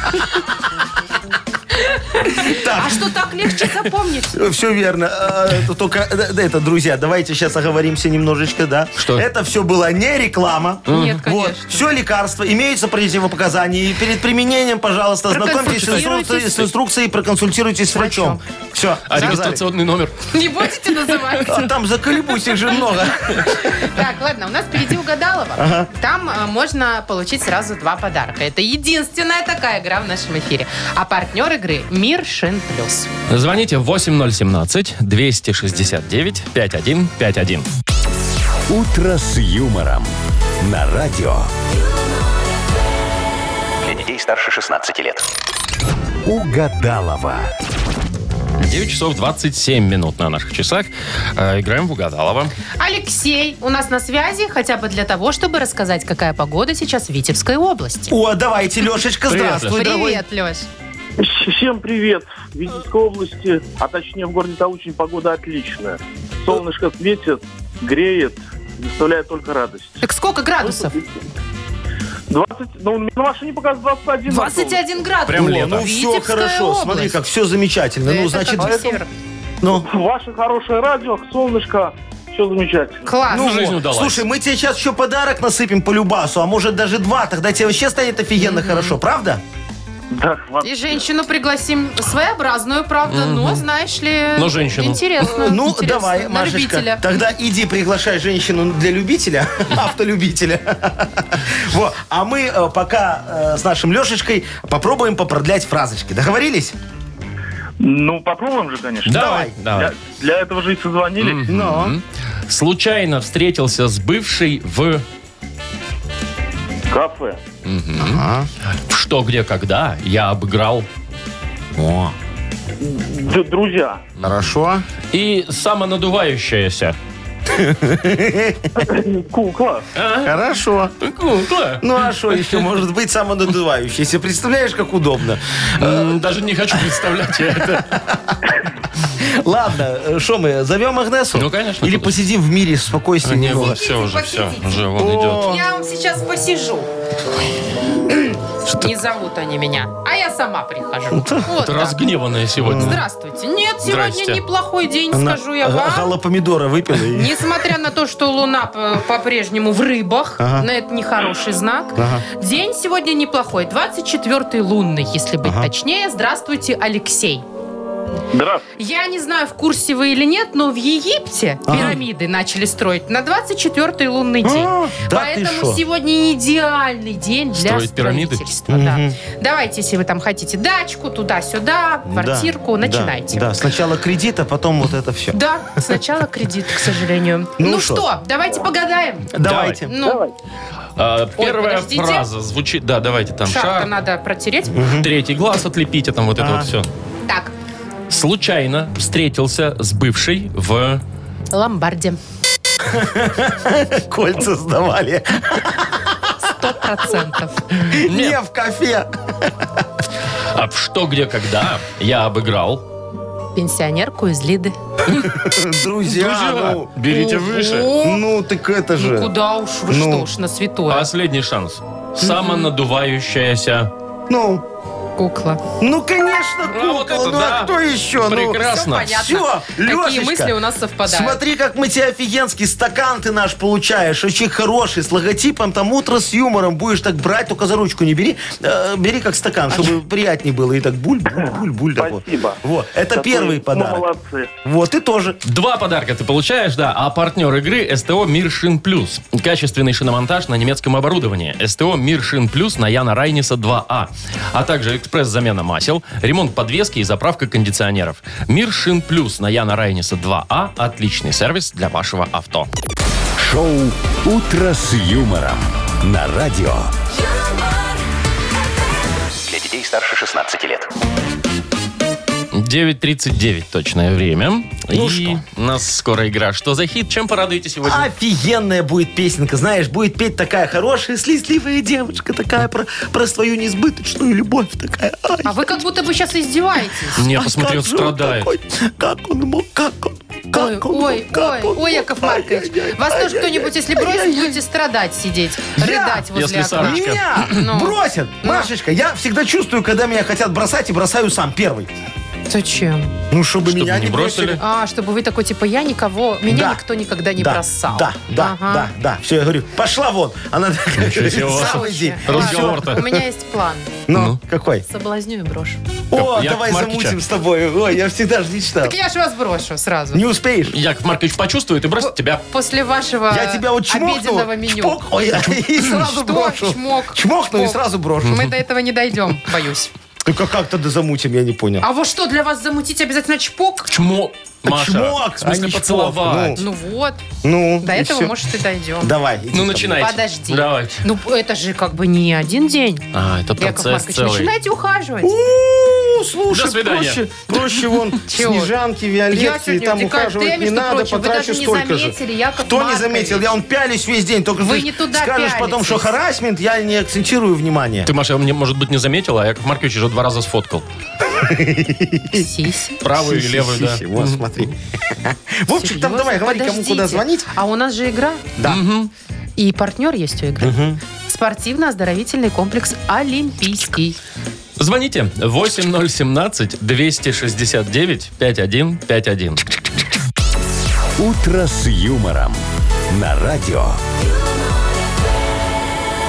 C: А что, так легче запомнить?
D: Все верно. А, это Только э, да, это, друзья, давайте сейчас оговоримся немножечко, да?
B: Что?
D: Это все была не реклама.
C: Нет,
D: Вот,
C: конечно.
D: все лекарства имеются противопоказания. И перед применением, пожалуйста, ознакомьтесь с инструкцией,
C: Проконсультируйтесь.
D: с инструкцией и проконсультируйтесь с врачом. Все.
B: А регистрационный номер?
C: Не будете называть?
D: А, Там заколебусь, их же много.
C: Так, ладно, у нас впереди угадалова. Там э, можно получить сразу два подарка. Это единственная такая игра в нашем эфире. А партнер игры Мир Шин Плюс.
B: Звоните 8017-269-5151.
A: «Утро с юмором» на радио.
F: Для детей старше 16 лет.
A: Угадалова.
B: 9 часов 27 минут на наших часах. Э, Играем в Угадалова.
C: Алексей у нас на связи, хотя бы для того, чтобы рассказать, какая погода сейчас в Витебской области.
D: О, давайте, Лешечка,
B: Привет,
D: здравствуй. давай.
C: Привет, Леш.
E: Всем привет. В Витебской области, а точнее в городе Талучин, погода отличная. Солнышко светит, греет, доставляет только радость.
C: Так сколько градусов?
E: 20, ну, на машине показывает 21.
C: 21 градус.
B: Прям
D: О,
B: лето.
D: Ну все
C: Витебская
D: хорошо, смотри,
C: область.
D: как все замечательно.
C: Это
D: ну, значит,
C: как север.
D: ну,
E: Ваше хорошее радио, солнышко, все замечательно.
C: Класс.
D: ну
B: жизнь
D: вот.
B: удалась.
D: Слушай, мы тебе сейчас еще подарок насыпем по любасу, а может даже два, тогда тебе вообще станет офигенно хорошо, правда?
E: Да, вам
C: И женщину пригласим своеобразную, правда, но, знаешь ли...
B: Но женщину.
C: Интересно.
D: Ну,
C: интересно.
D: давай,
C: На
D: Машечка,
C: любителя.
D: тогда иди приглашай женщину для любителя, автолюбителя. Вот. А мы э, пока э, с нашим Лешечкой попробуем попродлять фразочки. Договорились?
E: Ну, попробуем же, конечно.
B: Давай,
D: А.
B: давай.
E: Для, для этого же и созвонили.
D: Ну.
B: Случайно встретился с бывшей в...
E: Кафе.
B: в что, где, когда. Я обыграл.
D: О,
E: Д- друзья.
D: хорошо.
B: И самонадувающаяся.
E: Кукла.
D: Хорошо.
B: Кукла.
D: Ну а что еще может быть самонадувающийся? Представляешь, как удобно.
B: М, Э, Даже не хочу представлять я это.
D: Ладно, э, что мы, зовем Агнесу?
B: Ну, конечно,
D: Или
B: куда?
D: посидим в мире спокойствие
B: Не,
D: немного?
B: вот все уже, все.
C: посидите.
B: Уже он идет.
D: О,
C: Я вам сейчас посижу. Не зовут они меня, а я сама
D: Ну,
C: прихожу. Вот
B: Ты
C: так.
B: разгневанная сегодня.
C: Здравствуйте. Нет,
B: Здрасте.
C: сегодня неплохой день,
D: она
C: скажу я
D: га-
C: вам.
D: Гала помидора выпила. и-
C: Несмотря на то, что Луна п- по-прежнему в рыбах,
D: Ага.
C: но это нехороший знак.
D: Ага.
C: День сегодня неплохой, 24-й лунный, если быть
D: Ага.
C: точнее. Здравствуйте, Алексей.
E: Здравствуйте.
C: Я не знаю, в курсе вы или нет, но в Египте пирамиды начали строить на 24-й лунный день.
D: А, Да ты
C: Поэтому
D: шо?
C: сегодня не идеальный день для
B: Строить пирамиды?
C: строительства. да. Давайте, если вы там хотите дачку, туда-сюда, квартирку,
D: Да,
C: начинайте.
D: Да, сначала кредит, а потом вот это все.
C: Да, сначала кредит, к сожалению.
D: Ну
C: Ну
D: что?
C: что, давайте погадаем.
D: Давайте.
C: Ну,
B: А, Первая
C: подождите.
B: фраза звучит... Да, давайте там
C: шар-то
B: шар.
C: надо протереть.
B: Третий глаз отлепите, там вот это
D: А.
B: вот все.
C: Так,
B: Случайно встретился с бывшей в...
C: ломбарде.
D: Кольца сдавали.
C: Сто процентов.
D: Не в кафе.
B: А в что, где, когда я обыграл.
C: Пенсионерку из Лиды.
D: Друзья, ну,
B: берите выше.
C: Ого!
D: ну так это
C: Ну
D: же.
C: куда уж, вы
D: Ну.
C: что уж, на святое.
B: Последний шанс. Самонадувающаяся.
D: Ну,
C: Кукла.
D: ну конечно,
B: Ну, вот
D: кукла.
B: это
D: Ну
B: да.
D: а кто еще? Ну,
C: Всё
B: Прекрасно.
C: понятно.
D: Всё,
C: Такие
D: Лёшечка,
C: мысли у нас совпадают.
D: Смотри, как мы тебе офигенский стакан ты наш получаешь. Очень хороший, с логотипом, там утро с юмором. Будешь так брать, только за ручку не бери. Э, бери как стакан, чтобы приятнее было. И так буль, буль, буль, буль. так вот.
E: Спасибо.
D: Вот, это
E: Такой,
D: первый
E: Ну,
D: подарок.
E: молодцы.
D: Вот, ты тоже.
B: Два подарка ты получаешь, да. А партнер игры СТО Мир Шин Плюс. Качественный шиномонтаж на немецком оборудовании. СТО Мир Шин Плюс на Яна Райниса 2А. А также экспресс-замена масел, ремонт подвески и заправка кондиционеров. Мир Шин Плюс на Яна Райниса 2А. Отличный сервис для вашего авто.
A: Шоу «Утро с юмором» на радио.
F: Для детей старше 16 лет.
B: 9 9.39 точное время.
D: Ну
B: и
D: что?
B: нас скоро игра. Что за хит? Чем порадуете сегодня?
D: Офигенная будет песенка, знаешь, будет петь такая хорошая, слезливая девочка, такая про, про свою несбыточную любовь, такая. Ай,
C: А вы как будто бы сейчас издеваетесь.
B: Не,
D: а
B: посмотри, он
D: как же он
B: страдает.
D: такой? как он мог, как он, мог, как
C: Ой,
D: он мог,
C: ой,
D: как
C: ой,
D: он мог?
C: ой, Яков
D: Ай-яй-яй,
C: Маркович, вас тоже
D: ай-яй-яй.
C: кто-нибудь, если бросит, будете страдать сидеть,
D: Я?
C: рыдать возле
B: Если
C: окна.
B: Сара- Машечка.
D: Меня
C: Ну.
D: бросят. Машечка, я всегда чувствую, когда меня хотят бросать, и бросаю сам первый.
C: Зачем?
D: Ну, чтобы,
B: Чтобы
D: меня
B: не
D: не бросили.
B: бросили.
C: А, чтобы вы такой, типа, я никого, меня
D: Да.
C: никто никогда не
D: да,
C: бросал.
D: Да, да,
C: Ага.
D: да, да. Все, я говорю, пошла вон. Она такая,
B: Ничего себе у вас
D: сам
C: Вообще.
D: иди.
C: Ладно,
B: Разговор-то.
C: У меня есть план.
D: Ну, какой?
C: Соблазню и брошу.
D: О,
B: Яков
D: давай
B: Маркича.
D: замутим с тобой. Ой, я всегда же мечтал.
C: Так я же вас брошу сразу.
D: Не успеешь.
B: Яков Маркович почувствует и бросит тебя.
C: После вашего
D: Я тебя вот чмокну,
C: обеденного меню.
D: чпок, ой, и сразу
C: Что?
D: брошу.
C: Чмок.
D: Чмокну и
C: Чпок.
D: сразу брошу.
C: Мы до этого не дойдем, боюсь.
D: Так а как тогда замутим, я не понял.
C: А вот что, для вас замутить обязательно чпок?
B: Чмо. Маша,
D: чмок, в
B: а
D: смысле,
B: не
D: чпок,
B: поцеловать.
C: Ну вот,
D: Ну,
C: до
D: и
C: этого,
D: всё.
C: может, и дойдем.
D: Давай. иди
B: Ну,
D: ко мне.
B: начинайте.
C: Подожди.
B: Давайте.
C: Ну, это же как бы не один день.
B: А, это
C: Яков
B: процесс
C: Маркович,
B: целый.
C: начинайте ухаживать.
D: У, Слушай,
B: До свидания.
D: проще, проще вон
C: Чего?
D: снежанки,
C: Я
D: виолетки, и
C: сегодня
D: там
C: в декольте,
D: ухаживать не
C: между
D: надо,
C: прочим. Вы
D: потрачу
C: даже не
D: столько же.
C: заметили, Яков
D: Кто не
C: Маркович.
D: заметил? Я он пялюсь весь день. Только
C: Вы
D: ты
C: не туда
D: скажешь потом,
C: пялитесь.
D: что харасмент, я не акцентирую внимание.
B: Ты, Маша, мне, может быть, не заметила, а Яков Маркович уже два раза сфоткал.
C: Сиси.
B: Правую и левую, да.
D: Си-си-си, Вот, смотри. Вовчик, там
C: Серьезно?
D: давай, говори, кому
C: Подождите.
D: куда звонить.
C: А у нас же игра.
D: Да.
C: И партнер есть у игры. Спортивно-оздоровительный комплекс «Олимпийский».
B: Звоните 8017-269-5151.
A: «Утро с юмором» на радио.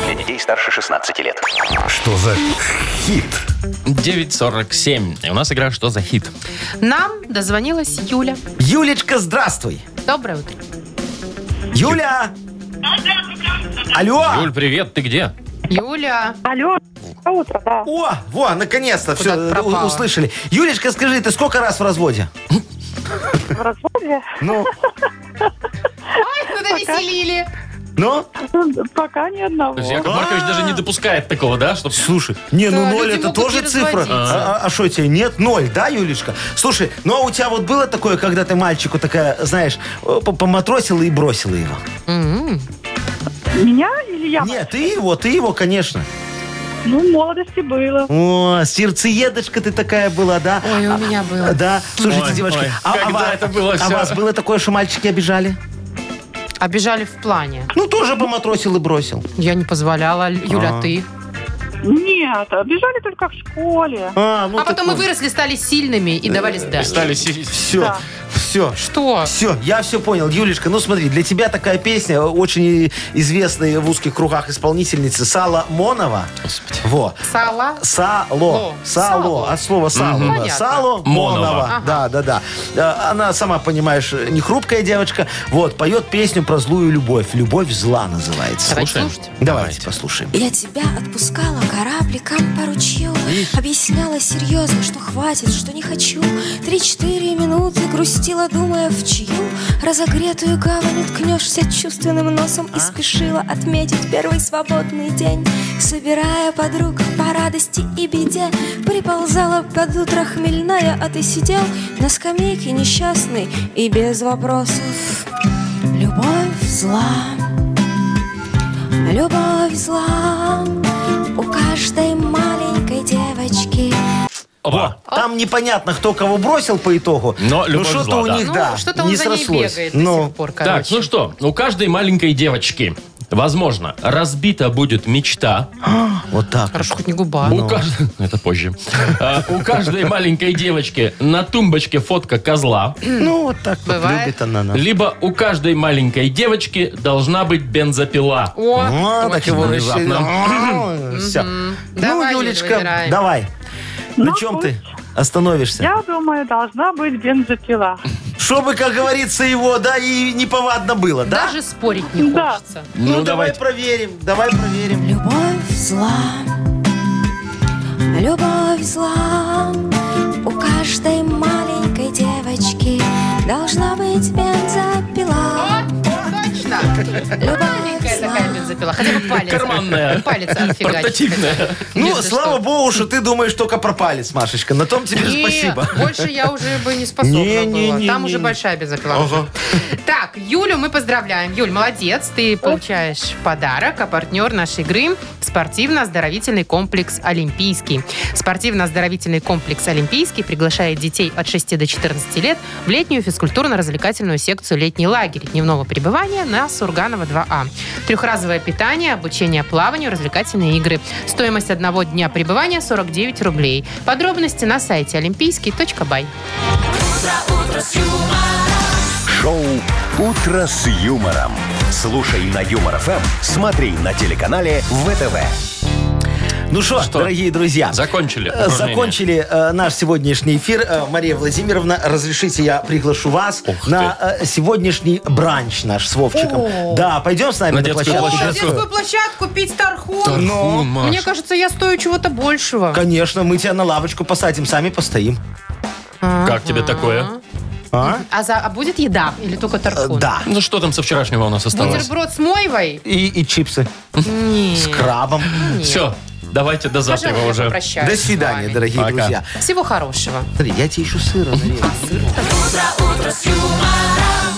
F: Для детей старше 16 лет.
A: Что за хит?
B: 947. И у нас игра «Что за хит?».
C: Нам дозвонилась Юля.
D: Юлечка, здравствуй.
C: Доброе утро.
D: Юля! Алло!
B: Юль, привет, ты где?
C: Юля,
G: Алло, доброе утро, да.
D: О, во, наконец-то все
C: Куда-то пропала.
D: услышали. Юлечка, скажи, ты сколько раз в разводе?
G: В разводе?
D: Ну,
C: ну довеселили.
D: ну?
G: Пока ни одного.
B: То есть Яков Маркович
D: А.
B: даже не допускает такого, да? Чтоб...
D: Слушай, не, ну
C: Да,
D: ноль
C: люди
D: это
C: могут
D: тоже
C: не
D: цифра.
C: разводиться.
D: А что тебе, нет? Ноль, да, Юлечка? Слушай, ну а у тебя вот было такое, когда ты мальчику такая, знаешь, э, по- поматросила и бросила его?
C: М-м.
G: Меня или я?
D: Нет, ты его, ты его, конечно.
G: Ну, в молодости было.
D: О, сердцеедочка ты такая была, да? А,
C: Ой, у меня было.
D: Да, слушайте,
B: Ой,
D: девочки,
B: ой, когда
D: ва-
B: это было
D: а
B: всё?
D: вас было такое, что мальчики обижали?
C: Обижали в плане.
D: Ну, тоже поматросил и бросил.
C: Я не позволяла. Юля,
D: А.
C: ты.
G: Нет, обижали только в школе.
D: А, ну Э,
C: А потом мы выросли, стали сильными и давали сдачи.
B: Стали си-
D: Все,
G: Да.
D: все,
C: Что?
D: Все, я все понял. Юлечка, ну смотри, для тебя такая песня, э, очень известная в узких кругах исполнительницы Сала Монова.
B: Господи.
D: Во.
C: Сала?
D: Сало.
C: О,
D: Сало.
C: сало.
D: От слова сало. да.
C: Понятно.
D: Сало
B: Монова.
D: Монова. Да, да, да. Э, Она сама, понимаешь, не хрупкая девочка. Вот, поет песню про злую любовь. Любовь зла называется.
C: Давайте
B: Слушаем.
C: слушать.
D: Давайте послушаем.
I: Я тебя отпускала корабликам по ручью Объясняла серьезно, что хватит, что не хочу Три-четыре минуты грустила, думая, в чью Разогретую гавань ткнешься чувственным носом И спешила отметить первый свободный день Собирая подруг по радости и беде Приползала под утро хмельная, а ты сидел На скамейке несчастный и без вопросов Любовь зла Любовь зла у каждой маленькой девочки.
B: Опа.
D: Там непонятно, кто кого бросил по итогу.
B: Но
D: ну
B: любовь
D: что-то
B: зла,
D: у
B: да.
D: них,
C: Ну,
D: да,
C: что-то он
D: не
C: за ней
D: срослось.
C: бегает до
D: Ну,
C: сих пор,
B: Так,
C: короче.
B: ну что, у каждой маленькой девочки, возможно, разбита будет мечта.
D: вот так.
C: Хорошо, хоть не
D: А
C: губа.
D: ну.
B: У каждой... Это позже. А, У каждой маленькой девочки на тумбочке фотка козла.
D: Ну, вот так вот
C: Бывает.
D: любит она нас.
B: Либо у каждой маленькой девочки должна быть бензопила.
C: О,
D: А, так его
B: внезапно.
D: расщелили. Всё. Ну,
C: Давай, Юль,
D: Юлечка,
C: выбираем.
D: давай. На
G: Ну,
D: чем
G: пусть.
D: ты остановишься?
G: Я думаю, должна быть бензопила.
D: Чтобы, как говорится, его, да, и неповадно было, да?
C: Даже спорить не
G: Да.
C: хочется.
D: Ну, давай
B: давайте.
D: проверим, давай проверим.
I: Любовь зла, любовь зла у каждой маленькой девочки должна быть бензопила.
C: Точно.
I: Любовь
C: Маленькая такая
I: зла
C: запила. Хотя бы палец.
B: Карманная.
C: Палец отфигачить.
B: Портативная.
C: хотя бы.
D: Ну,
C: Если
D: слава
C: что.
D: богу, что ты думаешь только про палец, Машечка. На том тебе
C: И
D: спасибо.
C: больше я уже бы не способна
D: Не-не-не-не.
C: была. Там уже большая бензопила.
D: Ага.
C: Так, Юлю мы поздравляем. Юль, молодец, ты получаешь подарок, а партнер нашей игры – спортивно-оздоровительный комплекс «Олимпийский». Спортивно-оздоровительный комплекс «Олимпийский» приглашает детей от 6 до 14 лет в летнюю физкультурно-развлекательную секцию «Летний лагерь» дневного пребывания на Сурганова 2А. Трехразовое питание, обучение плаванию, развлекательные игры. Стоимость одного дня пребывания – 49 рублей. Подробности на сайте олимпийский.бай.
A: Шоу «Утро с юмором». Слушай на Юмор ФМ, смотри на телеканале ВТВ.
D: Ну что,
B: Что?
D: дорогие друзья.
B: Закончили
D: э,
B: упражнение?
D: Закончили э, наш сегодняшний эфир. Э, Мария Владимировна, разрешите, я приглашу вас
B: Ух
D: на э, сегодняшний бранч наш с Вовчиком. Да, пойдем с нами
B: На
D: на,
B: детскую
D: площадку.
B: площадку.
C: На
B: Сейчас
C: детскую площадку пить Тархун.
B: Тархун, Маш.
C: Мне кажется, я стою чего-то большего.
D: Конечно, мы тебя на лавочку посадим, сами постоим.
B: Как тебе такое?
D: А?
C: А, за, а будет еда или только
D: Э,
C: Тархун?
D: Да.
B: Ну что там со вчерашнего у нас осталось?
C: Бутерброд с мойвой?
D: И, и чипсы с
C: Нет.
D: крабом.
B: Все, давайте до завтра
C: Пожалуй, я
B: уже.
C: попрощаюсь
D: До
C: с
D: свидания,
C: вами.
D: дорогие
B: Пока.
D: друзья.
C: Всего хорошего.
D: Смотри, я тебе еще сыра нарежу.
C: Утро, утро с юмором.